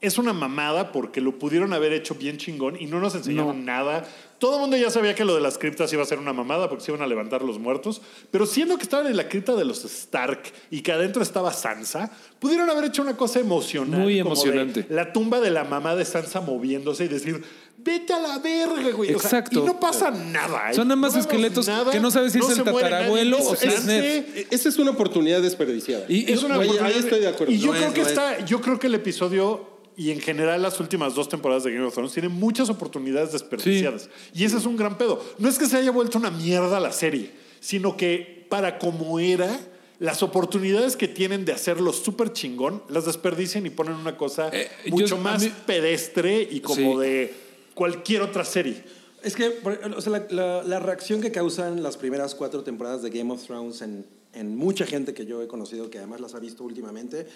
Speaker 2: es una mamada porque lo pudieron haber hecho bien chingón y no nos enseñaron nada. Todo el mundo ya sabía que lo de las criptas iba a ser una mamada porque se iban a levantar los muertos, pero siendo que estaban en la cripta de los Stark y que adentro estaba Sansa, pudieron haber hecho una cosa emocionante.
Speaker 6: Muy
Speaker 2: como de
Speaker 6: emocionante.
Speaker 2: la tumba de la mamá de Sansa moviéndose y decir, vete a la verga, güey. O sea,
Speaker 6: Exacto.
Speaker 2: y no pasa nada. ¿eh?
Speaker 6: Son nada más
Speaker 2: No vemos
Speaker 6: esqueletos que no sabes si es el
Speaker 2: se muere nadie,
Speaker 6: tatarabuelo
Speaker 2: es- este,
Speaker 6: o si es Ned.
Speaker 3: E, Esa es una oportunidad desperdiciada.
Speaker 6: Y-
Speaker 2: es una
Speaker 3: Güey,
Speaker 2: oportunidad.
Speaker 3: ahí estoy de acuerdo.
Speaker 2: Y yo
Speaker 3: No
Speaker 2: creo
Speaker 3: es,
Speaker 2: que
Speaker 3: no es.
Speaker 2: está, yo creo que el episodio y en general las últimas dos temporadas de Game of Thrones tienen muchas oportunidades desperdiciadas. Y ese es un gran pedo. No es que se haya vuelto una mierda la serie, sino que para como era, las oportunidades que tienen de hacerlo súper chingón, las desperdician y ponen una cosa
Speaker 6: Eh, yo-
Speaker 2: mucho
Speaker 6: a
Speaker 2: más
Speaker 6: mí-
Speaker 2: pedestre y como
Speaker 6: Sí.
Speaker 2: de cualquier otra serie.
Speaker 4: Es que, por- o sea, la, la- la reacción que causan las primeras cuatro temporadas de Game of Thrones en, en mucha gente que yo he conocido, que además las ha visto últimamente,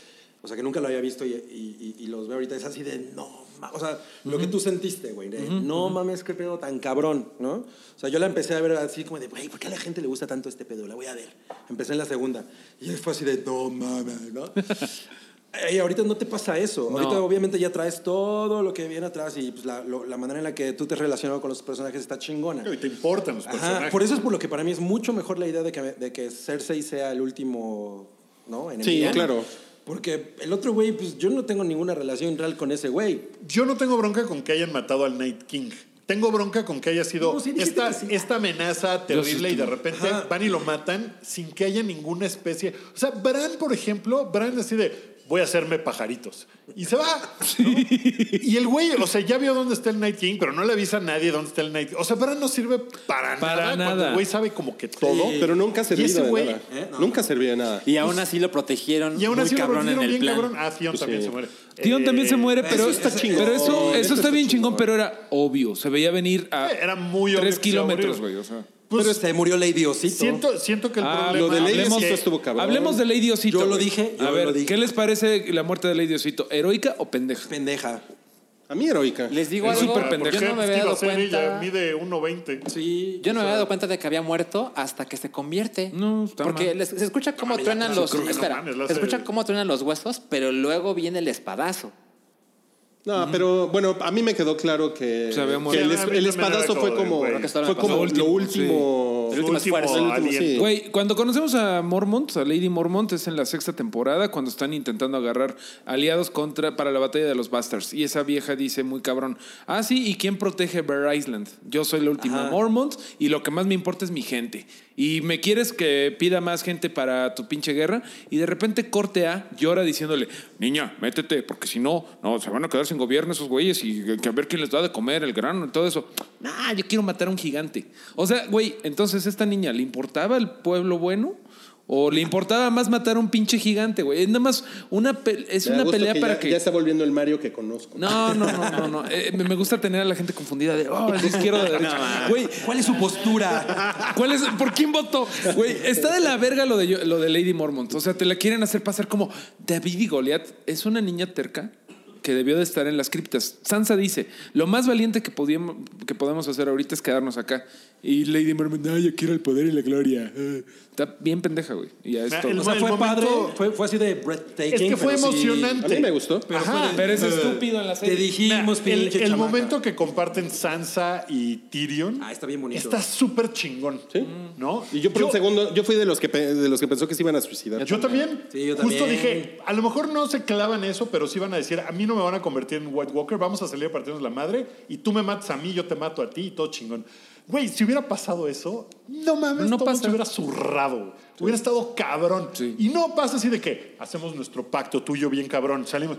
Speaker 4: o sea, que nunca lo había visto y, y- y- y los veo ahorita, es así de no mames. O sea, lo que tú sentiste, güey, de no mames, qué pedo tan cabrón, ¿no? O sea, yo la empecé a ver así como de, güey, ¿por qué a la gente le gusta tanto este pedo? La voy a ver. Empecé en la segunda y fue así de no mames, ¿no? Y ahorita no te pasa eso. Ahorita obviamente ya traes todo lo que viene atrás y pues, la, lo- la manera en la que tú te has relacionado con los personajes está chingona.
Speaker 2: Y te importan los
Speaker 4: Ajá,
Speaker 2: personajes.
Speaker 4: por eso es por lo que para mí es mucho mejor la idea de que, de que Cersei sea el último, ¿no?
Speaker 3: Sí,
Speaker 4: Enemigo.
Speaker 3: claro.
Speaker 4: Porque el otro güey, pues yo no tengo ninguna relación real con ese güey.
Speaker 2: Yo no tengo bronca con que hayan matado al Night King. Tengo bronca con que haya sido
Speaker 4: No, sí, dijiste
Speaker 2: esta,
Speaker 4: que sí.
Speaker 2: esta amenaza
Speaker 6: Yo sí
Speaker 2: terrible y de
Speaker 6: estuve.
Speaker 2: repente van y lo matan sin que haya ninguna especie. O sea, Bran, por ejemplo, Bran decide, voy a hacerme pajaritos. Y se va. ¿no? Y el güey, o sea, ya vio dónde está el Night King, pero no le avisa a nadie dónde está el Night O sea, Bran no sirve para,
Speaker 6: Para
Speaker 2: nada, cuando
Speaker 6: nada.
Speaker 2: el güey sabe como que todo.
Speaker 3: Pero nunca ha
Speaker 2: Y ese
Speaker 3: servido de
Speaker 2: güey-
Speaker 3: nada. Nunca servía de nada.
Speaker 5: Y aún así lo protegieron
Speaker 2: Y aún
Speaker 5: muy
Speaker 2: así lo
Speaker 5: cabrón en
Speaker 2: protegieron bien
Speaker 5: el plan.
Speaker 2: cabrón. Ah, Theon también
Speaker 3: sí.
Speaker 2: se muere.
Speaker 6: Tion
Speaker 2: Eh,
Speaker 6: también se muere, pero
Speaker 3: está
Speaker 6: eso-
Speaker 3: chingón.
Speaker 6: Pero eso,
Speaker 3: Eso
Speaker 6: eso
Speaker 3: está
Speaker 6: está bien
Speaker 3: chingón.
Speaker 6: chingón, pero era obvio. Se veía venir a
Speaker 2: Eh, Era muy obvio
Speaker 6: tres
Speaker 2: que se iba a
Speaker 6: kilómetros,
Speaker 2: morir.
Speaker 6: güey. O sea.
Speaker 2: Pues,
Speaker 4: Pero se murió Lady Osito.
Speaker 2: siento, siento que el
Speaker 6: Ah,
Speaker 2: problema
Speaker 3: lo de Lady
Speaker 2: es
Speaker 3: Osito
Speaker 2: que-
Speaker 3: estuvo cabrón.
Speaker 6: Hablemos de Lady Osito.
Speaker 4: Yo lo
Speaker 6: güey.
Speaker 4: dije, yo
Speaker 6: a ver,
Speaker 4: lo dije.
Speaker 6: ¿qué les parece la muerte de Lady Osito? ¿Heroica o pendeja?
Speaker 4: Pendeja.
Speaker 3: A mí heroica.
Speaker 5: Les digo
Speaker 6: Es
Speaker 5: algo,
Speaker 6: súper pendejo.
Speaker 5: yo no me
Speaker 2: Porque
Speaker 5: había
Speaker 2: iba a
Speaker 5: dado
Speaker 2: ser ella,
Speaker 5: cuenta.
Speaker 2: mide 1.20.
Speaker 4: Sí.
Speaker 5: Yo no me había dado cuenta de que había muerto hasta que se convierte.
Speaker 6: No, está
Speaker 5: Porque
Speaker 6: mal.
Speaker 5: les- se escucha cómo
Speaker 2: mames,
Speaker 5: truenan
Speaker 2: la-
Speaker 5: los.
Speaker 2: creo que no
Speaker 5: Espera,
Speaker 2: mames, la
Speaker 5: se
Speaker 2: hace-
Speaker 5: escucha cómo truenan los huesos, pero luego viene el espadazo.
Speaker 3: No, pero bueno, a mí me quedó claro que,
Speaker 6: Se había
Speaker 3: que
Speaker 6: muerto.
Speaker 3: el,
Speaker 2: Sí, a
Speaker 3: es-
Speaker 2: mí
Speaker 3: el
Speaker 2: también
Speaker 3: espadazo
Speaker 2: era como
Speaker 3: fue
Speaker 2: de,
Speaker 3: como,
Speaker 2: güey.
Speaker 5: Creo que esto
Speaker 3: fue
Speaker 5: era lo
Speaker 3: como
Speaker 5: más
Speaker 3: lo
Speaker 5: último,
Speaker 3: último.
Speaker 5: El último esfuerzo, el
Speaker 3: último,
Speaker 2: aliento.
Speaker 3: sí.
Speaker 6: Güey, cuando conocemos a Mormont, a Lady Mormont, es en la sexta temporada, cuando están intentando agarrar aliados contra para la batalla de los Bastards. Y esa vieja dice muy cabrón, ah, sí, ¿y quién protege Bear Island? Yo soy la última
Speaker 4: Ajá.
Speaker 6: Mormont y lo que más me importa es mi gente. Y me quieres que pida más gente para tu pinche guerra. Y de repente corte A llora diciéndole, niña, métete, porque si no, no, se van a quedar sin gobierno esos güeyes y que- que a ver quién les da de comer, el grano y todo eso. Nah, yo quiero matar a un gigante. O sea, güey, entonces esta niña, ¿le importaba el pueblo bueno? ¿O le importaba más matar a un pinche gigante, güey? Es nada más una, pe- es
Speaker 3: Me da
Speaker 6: una
Speaker 3: gusto
Speaker 6: pelea
Speaker 3: que
Speaker 6: para
Speaker 3: ya,
Speaker 6: que...
Speaker 3: ya está volviendo el Mario que conozco.
Speaker 6: No, no, no, no, no. Eh, me me gusta tener a la gente confundida de, oh, es de izquierda o de derecha. Güey,
Speaker 4: ¿Cuál es su postura?
Speaker 6: ¿Cuál es? ¿Por quién votó? Güey, está de la verga lo de, yo- lo de Lady Mormont. O sea, te la quieren hacer pasar como David y Goliat es una niña terca que debió de estar en las criptas. Sansa dice, lo más valiente que, podíamos, que podemos hacer ahorita es quedarnos acá. Y Lady Mormont, no, yo quiero el poder y la gloria. Ah. Está bien pendeja, güey. Y ya es
Speaker 2: Mira,
Speaker 6: todo.
Speaker 2: el
Speaker 4: O sea,
Speaker 2: El
Speaker 4: fue
Speaker 2: momento-
Speaker 4: padre. Fue, fue así de breathtaking.
Speaker 2: Es que fue
Speaker 4: pero sí-
Speaker 2: emocionante.
Speaker 3: A mí me gustó.
Speaker 6: pero, fue de- pero es estúpido en la
Speaker 4: Te
Speaker 6: serie.
Speaker 4: dijimos,
Speaker 2: Mira, el,
Speaker 4: pinche
Speaker 2: el
Speaker 4: chamaca.
Speaker 2: momento que comparten Sansa y Tyrion
Speaker 4: Ah, está bien bonito.
Speaker 2: está súper chingón.
Speaker 3: Sí.
Speaker 2: ¿No?
Speaker 3: Y yo por un segundo, yo fui de los que pe- de los que pensó que se iban a suicidar.
Speaker 2: Yo también.
Speaker 4: Sí, yo
Speaker 2: Justo
Speaker 4: también.
Speaker 2: dije, a lo mejor no se clavan eso, pero sí van a decir, a mí no me van a convertir en White Walker, vamos a salir a partirnos la madre y tú me matas a mí, yo te mato a ti y todo chingón. Güey, si hubiera pasado eso, no mames,
Speaker 6: No
Speaker 2: todo mundo
Speaker 6: pasa.
Speaker 2: se hubiera zurrado. Hubiera estado cabrón.
Speaker 6: Sí.
Speaker 2: Y no pasa así de que hacemos nuestro pacto tú y yo bien cabrón, salimos.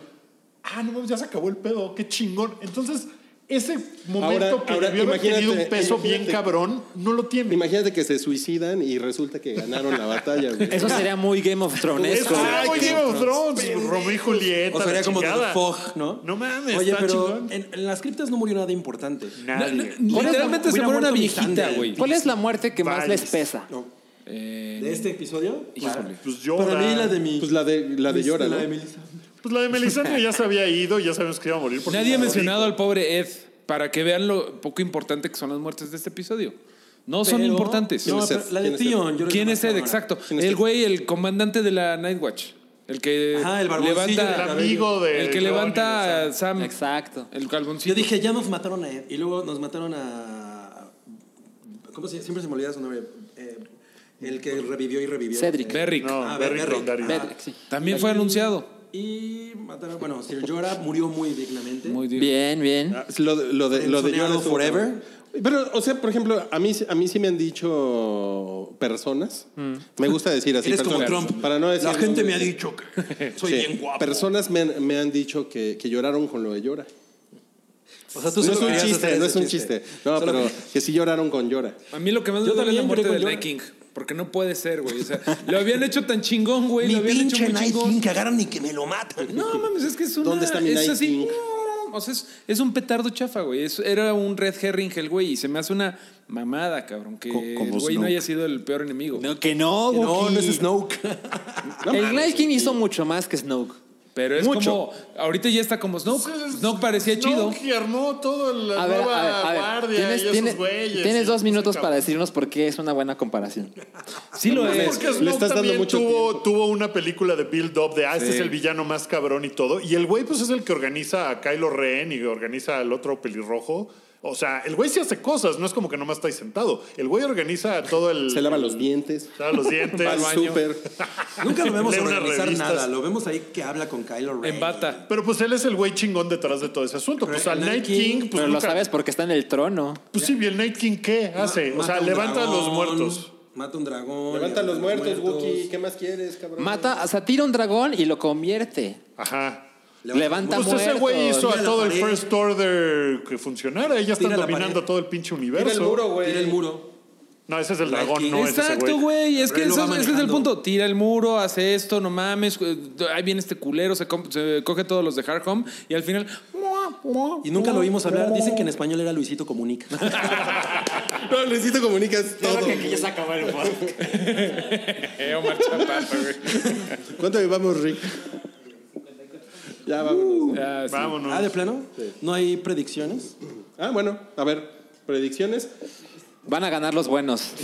Speaker 2: Ah, no mames, ya se acabó el pedo, qué chingón. Entonces, ese momento
Speaker 3: Ahora-
Speaker 2: que
Speaker 3: ahora
Speaker 2: debió haber tenido un
Speaker 3: imagínate,
Speaker 2: peso bien
Speaker 3: imagínate.
Speaker 2: cabrón, no lo tiene.
Speaker 3: Imagínate que se suicidan y resulta que ganaron la batalla. güey.
Speaker 5: Eso sería muy Game of Thrones.
Speaker 2: Eso era
Speaker 5: güey.
Speaker 2: muy Game of Thrones, Romeo y Julieta.
Speaker 4: O sea,
Speaker 2: la
Speaker 4: era como The
Speaker 2: chingada.
Speaker 4: Fog, ¿no?
Speaker 2: No mames,
Speaker 4: Oye,
Speaker 2: está
Speaker 4: pero
Speaker 2: chingón.
Speaker 4: en, en las criptas no murió nada importante.
Speaker 2: Nadie.
Speaker 6: Literalmente se
Speaker 4: Hubiera
Speaker 6: pone una
Speaker 4: muerto mi
Speaker 6: viejita,
Speaker 4: Sandel.
Speaker 6: güey.
Speaker 5: ¿Cuál es la muerte que más les
Speaker 2: Vales.
Speaker 5: pesa?
Speaker 4: No.
Speaker 6: Eh,
Speaker 4: ¿De este episodio?
Speaker 6: Híjole.
Speaker 2: Pues llora.
Speaker 4: Para mí la de mi...
Speaker 3: Pues la de la de llora,
Speaker 4: La
Speaker 3: ¿no?
Speaker 4: de Melissa.
Speaker 2: Pues la de Melisandre ya se había ido, ya sabemos que iba a morir. porque
Speaker 6: Nadie ha
Speaker 2: no lo
Speaker 6: mencionado
Speaker 2: dijo.
Speaker 6: al pobre Ed para que vean lo poco importante que son las muertes de este episodio. No Oh, son
Speaker 4: Pero-
Speaker 6: importantes.
Speaker 4: No,
Speaker 3: ¿Quién es
Speaker 4: pero
Speaker 3: Ed?
Speaker 4: la de
Speaker 3: ¿Quién es Ed?
Speaker 4: Tion. yo creo que
Speaker 6: ¿Quién
Speaker 4: más
Speaker 6: es Ed?
Speaker 4: cabrona.
Speaker 6: Exacto.
Speaker 3: ¿Quién
Speaker 4: este-
Speaker 3: es Ed?
Speaker 6: El güey, el comandante de la Nightwatch. El que
Speaker 4: Ajá, el barboncillo de
Speaker 2: El
Speaker 6: levanta.
Speaker 4: la-
Speaker 2: amigo de.
Speaker 6: El que levanta a Sam.
Speaker 5: Exacto.
Speaker 6: El
Speaker 4: Yo
Speaker 6: calvoncillo.
Speaker 4: dije, ya nos mataron a Ed. Y luego nos mataron a... ¿Cómo se Siempre se me olvida su nombre. Eh, el que revivió y revivió.
Speaker 5: Cedric.
Speaker 6: Berrick.
Speaker 2: No,
Speaker 4: Ah,
Speaker 2: Barry
Speaker 4: Barry.
Speaker 2: Rondarius.
Speaker 4: Barry.
Speaker 5: Bedrick, sí.
Speaker 6: También fue anunciado.
Speaker 4: Y mataron... Bueno, Sir Jorah murió muy dignamente.
Speaker 6: Muy bien.
Speaker 5: Bien, bien.
Speaker 3: Ah, Lo, de- lo de, lo de
Speaker 4: Soñado
Speaker 3: llora estuvo
Speaker 4: forever.
Speaker 3: cabrón. Pero, o sea, por ejemplo, a mí, a mí sí me han dicho personas. Me gusta decir así.
Speaker 4: Eres como
Speaker 3: personas,
Speaker 4: Trump.
Speaker 3: Para no decir
Speaker 4: La gente
Speaker 3: nombres.
Speaker 4: me ha dicho que soy
Speaker 3: Sí,
Speaker 4: bien guapo.
Speaker 3: Personas me, han- me han dicho que, que lloraron con lo de llora.
Speaker 4: O
Speaker 3: No
Speaker 4: sea, solo
Speaker 3: es un
Speaker 4: querías hacer
Speaker 3: chiste, no
Speaker 4: ese
Speaker 3: es un chiste. No,
Speaker 4: Solo
Speaker 3: pero
Speaker 4: que-
Speaker 3: que sí lloraron con llora.
Speaker 6: A mí lo que más me
Speaker 4: Yo
Speaker 6: duele es la
Speaker 4: también
Speaker 6: muerte
Speaker 4: lloré
Speaker 6: del
Speaker 4: con
Speaker 6: Night King. Porque no puede ser, güey. O sea, lo habían hecho tan chingón, güey.
Speaker 7: Mi
Speaker 6: lo habían hecho
Speaker 7: pinche
Speaker 6: muy
Speaker 7: Night
Speaker 6: chingón.
Speaker 7: King que agarran y que me lo matan.
Speaker 6: No, mames, es que es una...
Speaker 3: ¿Dónde está mi
Speaker 6: es
Speaker 3: Night
Speaker 6: así,
Speaker 3: King?
Speaker 6: O sea, es, es un petardo chafa, güey. Es- era un red herring el güey y se me hace una mamada, cabrón, que
Speaker 2: Co- como
Speaker 6: el güey no
Speaker 2: Snoke.
Speaker 6: haya sido el peor enemigo.
Speaker 5: No, que no,
Speaker 4: No,
Speaker 5: Wookie.
Speaker 4: no es Snoke.
Speaker 5: El Night King hizo mucho más que Snoke.
Speaker 6: Pero es
Speaker 2: Mucho.
Speaker 6: como... Ahorita ya está como Snoke.
Speaker 2: Entonces,
Speaker 6: Snoke parecía chido.
Speaker 2: Snoke armó toda la
Speaker 5: A ver,
Speaker 2: nueva
Speaker 5: a ver, a ver.
Speaker 2: guardia
Speaker 5: Tienes,
Speaker 2: y esos
Speaker 5: tienes-
Speaker 2: güeyes.
Speaker 5: tienes
Speaker 2: y-
Speaker 5: dos minutos para
Speaker 2: cabrón.
Speaker 5: decirnos por qué es una buena comparación.
Speaker 2: Pues
Speaker 6: Sí lo es.
Speaker 2: Porque Snoke
Speaker 3: Le estás dando
Speaker 2: también
Speaker 3: mucho
Speaker 2: tuvo,
Speaker 3: tiempo.
Speaker 2: tuvo una película de build-up de, ah, este
Speaker 6: Sí.
Speaker 2: es el villano más cabrón y todo. Y el güey, pues es el que organiza a Kylo Ren y organiza al otro pelirrojo. O sea, el güey sí hace cosas, no es como que nomás está ahí sentado. El güey organiza todo el.
Speaker 3: Se lava los dientes.
Speaker 2: Se lava los dientes.
Speaker 3: Va al
Speaker 6: baño.
Speaker 3: súper.
Speaker 4: Nunca lo vemos
Speaker 2: Lee unas
Speaker 4: organizar
Speaker 2: revistas.
Speaker 4: nada. Lo vemos ahí que habla con Kylo Ren.
Speaker 6: En bata.
Speaker 2: Pero pues él es el güey chingón detrás de todo ese asunto. Pues
Speaker 4: Pero
Speaker 2: al
Speaker 4: el
Speaker 2: Night
Speaker 4: Night
Speaker 2: King,
Speaker 4: King,
Speaker 2: pues.
Speaker 5: Pero lo
Speaker 2: nunca-
Speaker 5: sabes porque está en el trono.
Speaker 2: Pues sí, ¿y el Night King qué hace? O
Speaker 4: Mata
Speaker 2: sea,
Speaker 4: un
Speaker 2: levanta a los
Speaker 4: dragón,
Speaker 2: muertos.
Speaker 4: Mata un dragón.
Speaker 3: Levanta los muertos, Wookie. ¿Qué más quieres, cabrón?
Speaker 5: Mata, o sea, tira un dragón y lo convierte.
Speaker 2: Ajá.
Speaker 5: Levanta
Speaker 2: Pues ese güey
Speaker 5: muertos.
Speaker 2: hizo a
Speaker 4: Tira la
Speaker 2: todo el
Speaker 4: pared.
Speaker 2: First Order que funcionara. Ellas están
Speaker 4: Tira la
Speaker 2: dominando
Speaker 4: pared.
Speaker 2: todo el pinche universo.
Speaker 3: Tira el muro,
Speaker 4: Tira
Speaker 3: güey.
Speaker 4: el muro.
Speaker 2: No, ese es el
Speaker 4: Night
Speaker 2: dragón,
Speaker 4: King.
Speaker 2: no es ese
Speaker 6: Exacto,
Speaker 2: güey.
Speaker 6: güey. Es que
Speaker 4: Pero él lo
Speaker 6: eso-
Speaker 4: va
Speaker 6: ese es el
Speaker 4: manejando.
Speaker 6: punto. Tira el muro, hace esto, no mames. eh, Ahí viene este culero, se, com- se coge todos los de Hard Home y al final.
Speaker 4: Y nunca lo oímos hablar. Dicen que en español era Luisito Comunica.
Speaker 3: No, Luisito comunicas todo.
Speaker 5: ya se acabó el
Speaker 6: Eh, Omar Chaparro, güey.
Speaker 3: ¿Cuánto llevamos, Rick? ya vámonos.
Speaker 6: Ah, sí.
Speaker 2: Vámonos.
Speaker 4: Ah, de plano. No hay predicciones.
Speaker 3: Ah, bueno, a ver, predicciones.
Speaker 5: Van a ganar los buenos.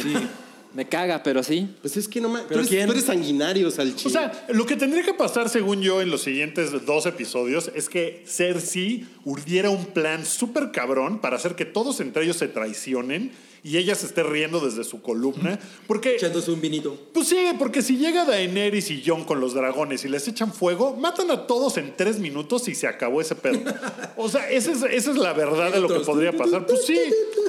Speaker 5: Me caga, pero sí.
Speaker 3: Pues es que no me. Tú
Speaker 4: ¿Pero
Speaker 3: eres,
Speaker 4: quién?
Speaker 3: tú eres sanguinario, Salchi.
Speaker 2: O sea, lo que tendría que pasar, según yo, en los siguientes dos episodios es que Cersei urdiera un plan súper cabrón para hacer que todos entre ellos se traicionen y ella se esté riendo desde su columna. Porque
Speaker 4: Echándose un vinito.
Speaker 2: Pues sí, porque si llega Daenerys y Jon con los dragones y les echan fuego, matan a todos en tres minutos y se acabó ese pedo. O sea, esa es, esa es la verdad de lo que podría pasar. Pues sí,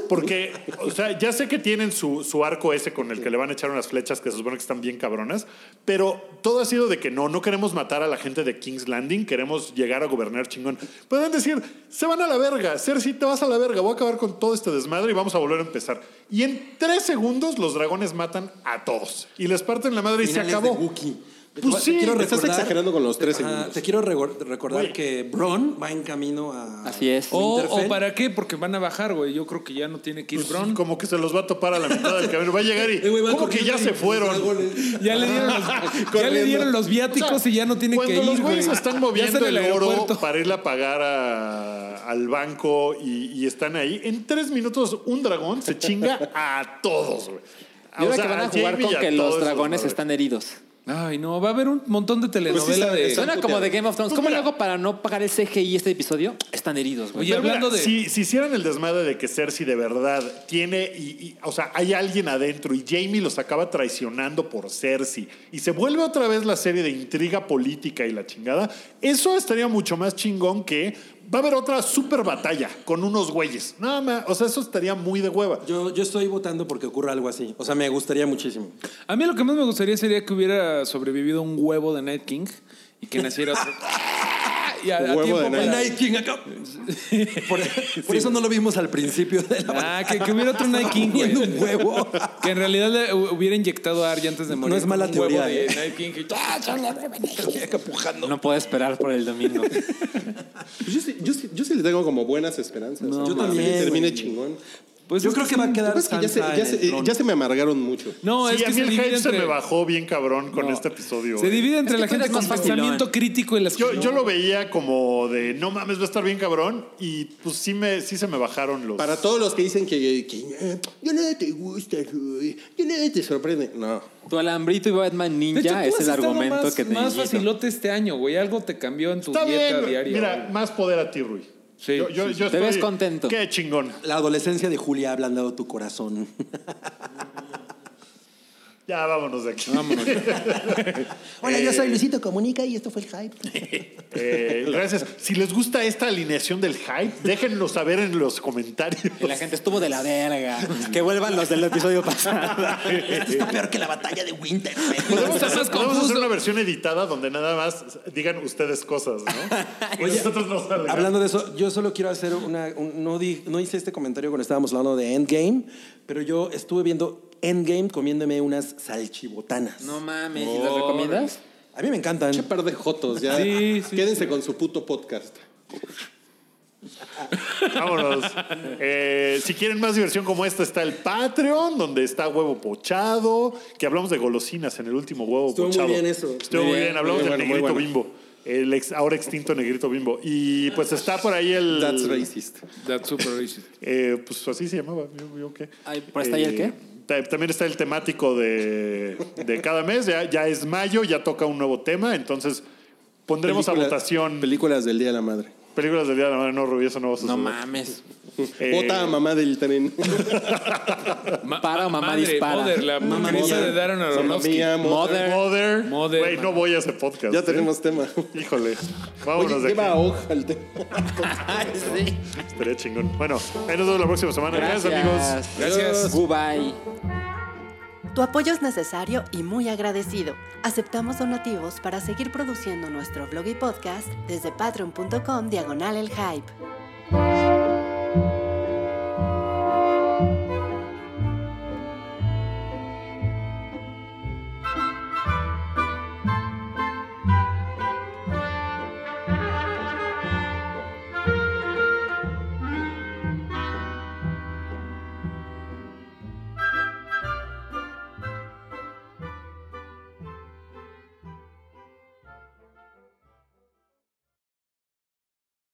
Speaker 2: porque, o sea, ya sé que tienen su, su arco ese con el que le van a echar unas flechas que se supone que están bien cabronas, pero todo ha sido de que no, no queremos matar a la gente de King's Landing, queremos llegar a gobernar chingón. Pueden decir, se van a la verga, Cersei, te vas a la verga, voy a acabar con todo este desmadre y vamos a volver a empezar. Y en tres segundos los dragones matan a todos y les parten la madre y se
Speaker 4: Finales
Speaker 2: acabó.
Speaker 4: de Wookiee.
Speaker 2: Pues
Speaker 4: Te
Speaker 2: sí,
Speaker 4: quiero
Speaker 2: estás
Speaker 4: recordar-
Speaker 3: exagerando con los tres
Speaker 4: Ajá,
Speaker 3: segundos.
Speaker 4: Te quiero regor- recordar
Speaker 2: Güey.
Speaker 4: que Bron va en camino a.
Speaker 5: Así es.
Speaker 6: O,
Speaker 4: Winterfell.
Speaker 6: o para qué, porque van a bajar, güey. Yo creo que ya no tiene que ir
Speaker 2: Pues,
Speaker 6: Bron.
Speaker 2: Como que se los va a topar a la mitad del camino. Va a llegar y.
Speaker 4: Eh, güey, van
Speaker 2: como que ya
Speaker 4: corriendo
Speaker 2: se
Speaker 4: y-
Speaker 2: fueron?
Speaker 6: Ya le dieron los, ya le dieron los viáticos
Speaker 2: O sea,
Speaker 6: y ya no tienen que
Speaker 2: Cuando
Speaker 6: ir.
Speaker 2: los güeyes
Speaker 6: güey.
Speaker 2: están
Speaker 6: Ya está
Speaker 2: moviendo
Speaker 6: en
Speaker 2: el, oro
Speaker 6: aeropuerto.
Speaker 2: para ir a pagar a- al banco y, y están ahí, en tres minutos un dragón se chinga a todos, güey.
Speaker 5: Y ahora
Speaker 2: O sea,
Speaker 5: que van a jugar
Speaker 2: Jaime
Speaker 5: con
Speaker 2: y a
Speaker 5: que
Speaker 2: todos
Speaker 5: los
Speaker 2: esos,
Speaker 5: dragones
Speaker 2: madre.
Speaker 5: están heridos.
Speaker 6: Ay, no, va a haber un montón de telenovela
Speaker 3: sabe,
Speaker 6: de.
Speaker 3: sabe.
Speaker 5: Suena como de Game of Thrones.
Speaker 2: Pues
Speaker 5: ¿Cómo le
Speaker 2: mira.
Speaker 5: hago para no pagar el CGI este episodio? Están heridos, güey.
Speaker 6: Oye,
Speaker 2: Pero mira,
Speaker 6: hablando de.
Speaker 2: si, si hicieran el desmadre de que Cersei de verdad tiene, y, y- o sea, hay alguien adentro y Jamie los acaba traicionando por Cersei y se vuelve otra vez la serie de intriga política y la chingada, eso estaría mucho más chingón que va a haber otra super batalla con unos güeyes. Nada más, o sea, eso estaría muy de hueva.
Speaker 4: Yo, yo estoy votando porque ocurra algo así. O sea, me gustaría muchísimo.
Speaker 6: A mí lo que más me gustaría sería que hubiera sobrevivido un huevo de Night King y que naciera otro. y a, a
Speaker 3: Huevo
Speaker 6: tiempo
Speaker 3: de
Speaker 6: para-
Speaker 3: Night
Speaker 4: King acá. Por, por eso no lo vimos al principio de la.
Speaker 6: Ah, que, que hubiera otro Night King, güey.
Speaker 4: Comiendo un huevo.
Speaker 6: Que en realidad le hu- hubiera inyectado a Arya antes de morir.
Speaker 4: No es mala
Speaker 6: con un huevo
Speaker 4: teoría,
Speaker 6: de
Speaker 4: ¿eh?
Speaker 6: Night King.
Speaker 5: No puedo esperar por el domingo.
Speaker 3: Pues yo, sí- yo, sí- yo sí le tengo como buenas esperanzas.
Speaker 4: No,
Speaker 3: yo
Speaker 4: mames.
Speaker 3: también. Que termine
Speaker 4: güey.
Speaker 3: chingón.
Speaker 6: Pues
Speaker 4: yo
Speaker 6: es
Speaker 4: creo que va a
Speaker 3: Lo
Speaker 4: quedar
Speaker 3: que pasa es que ya se,
Speaker 4: Sansa
Speaker 3: ya,
Speaker 4: en
Speaker 3: se,
Speaker 4: el trono.
Speaker 3: ya se me amargaron mucho.
Speaker 6: No,
Speaker 2: sí,
Speaker 6: es que
Speaker 2: a mí
Speaker 6: se
Speaker 2: el
Speaker 6: divide
Speaker 2: hype se
Speaker 6: entre-
Speaker 2: me bajó bien cabrón con
Speaker 6: No.
Speaker 2: este episodio.
Speaker 6: Se
Speaker 2: güey.
Speaker 6: divide entre
Speaker 5: Es
Speaker 6: la
Speaker 5: que tú
Speaker 6: gente
Speaker 5: eres
Speaker 6: con
Speaker 5: más facilón.
Speaker 6: pensamiento crítico y las
Speaker 2: Yo,
Speaker 6: que no.
Speaker 2: yo lo veía como de no mames, va a estar bien cabrón. Y pues sí me, sí se me bajaron los.
Speaker 3: Para todos los que dicen que, que, eh, ya nada te gusta, Rui, ya nada te sorprende. No.
Speaker 5: Tu alambrito y Batman
Speaker 6: De hecho,
Speaker 5: Ninja
Speaker 6: tú
Speaker 5: es
Speaker 6: has
Speaker 5: el
Speaker 6: estado
Speaker 5: argumento
Speaker 6: más,
Speaker 5: que te
Speaker 6: más
Speaker 5: invito.
Speaker 6: facilote este año, güey. Algo te cambió en tu
Speaker 2: Está
Speaker 6: dieta
Speaker 2: bien,
Speaker 6: diaria.
Speaker 2: mira,
Speaker 6: güey.
Speaker 2: más poder a ti, Rui.
Speaker 6: Sí,
Speaker 2: Yo- yo-
Speaker 6: sí,
Speaker 2: yo
Speaker 5: sí. Te
Speaker 2: estoy-
Speaker 5: ves contento.
Speaker 2: Qué chingón.
Speaker 4: La adolescencia de Julia ha ablandado tu corazón.
Speaker 2: Ya vámonos de aquí.
Speaker 6: Vámonos.
Speaker 7: Hola, yo
Speaker 3: Eh,
Speaker 7: soy Luisito Comunica y esto fue el hype.
Speaker 2: Eh, gracias. Si les gusta esta alineación del hype, déjenlo saber en los comentarios.
Speaker 5: Y la gente estuvo de la verga. Que vuelvan los del episodio pasado.
Speaker 4: Este
Speaker 7: Esto está peor que la batalla de Winterfell.
Speaker 2: Podemos
Speaker 6: Estás
Speaker 2: hacer, podemos
Speaker 6: confuso.
Speaker 2: hacer una versión editada donde nada más digan ustedes cosas, ¿no? Y
Speaker 4: Oye,
Speaker 2: nosotros nos salga.
Speaker 4: Hablando de eso, yo solo quiero hacer una. un- no, di- no hice este comentario cuando estábamos hablando de Endgame, pero yo estuve viendo Endgame comiéndome unas salchibotanas.
Speaker 5: No mames, ¿y las recomiendas?
Speaker 4: A mí me encantan.
Speaker 3: Qué par de jotos, ya.
Speaker 6: Sí, sí,
Speaker 3: Quédense con su puto podcast.
Speaker 2: Vámonos. Eh, si quieren más diversión como esta, está el Patreon, donde está Huevo Pochado, que hablamos de golosinas en el último Huevo
Speaker 4: Estuvo muy
Speaker 2: Pochado.
Speaker 4: bien eso.
Speaker 2: Estuvo muy
Speaker 5: Muy
Speaker 2: bien,
Speaker 5: bien,
Speaker 2: hablamos
Speaker 3: muy
Speaker 2: del
Speaker 3: bueno, muy
Speaker 2: Negrito
Speaker 3: bueno.
Speaker 2: Bimbo. El ex- ahora extinto Negrito Bimbo. Y pues está por ahí el...
Speaker 3: That's racist.
Speaker 6: That's super racist.
Speaker 2: Eh, pues así se llamaba. Yo, yo qué. Eh,
Speaker 5: Ay, ¿por está ahí el qué?
Speaker 2: ta- También está el temático de, de cada mes. Ya, ya es mayo, ya toca un nuevo tema. Entonces pondremos a
Speaker 3: Película-
Speaker 2: votación
Speaker 3: Películas del Día de la Madre.
Speaker 2: películas del Día de la Madre no, Rubí, eso no va a suceder.
Speaker 5: No mames.
Speaker 2: Eh,
Speaker 3: Bota a mamá del tren.
Speaker 6: Ma-
Speaker 5: Para o
Speaker 6: ma-
Speaker 5: mamá
Speaker 6: madre,
Speaker 5: dispara.
Speaker 6: Mother, la
Speaker 3: Mamá
Speaker 6: actriz
Speaker 3: mía.
Speaker 6: de Darren Aronofsky.
Speaker 3: Mamá mía, mother.
Speaker 2: Mother.
Speaker 6: Mother.
Speaker 2: Güey, no voy a ese podcast.
Speaker 3: Ya
Speaker 2: ¿eh?
Speaker 3: tenemos tema.
Speaker 2: Híjole. Vámonos
Speaker 3: Oye,
Speaker 2: de
Speaker 3: lleva
Speaker 2: aquí.
Speaker 3: a hoja el tema.
Speaker 2: Estaría chingón. Bueno, ahí nos vemos la próxima semana. Gracias amigos.
Speaker 6: Gracias.
Speaker 5: Goodbye.
Speaker 1: Tu apoyo es necesario y muy agradecido. Aceptamos donativos para seguir produciendo nuestro blog y podcast desde patreon.com diagonal el hype.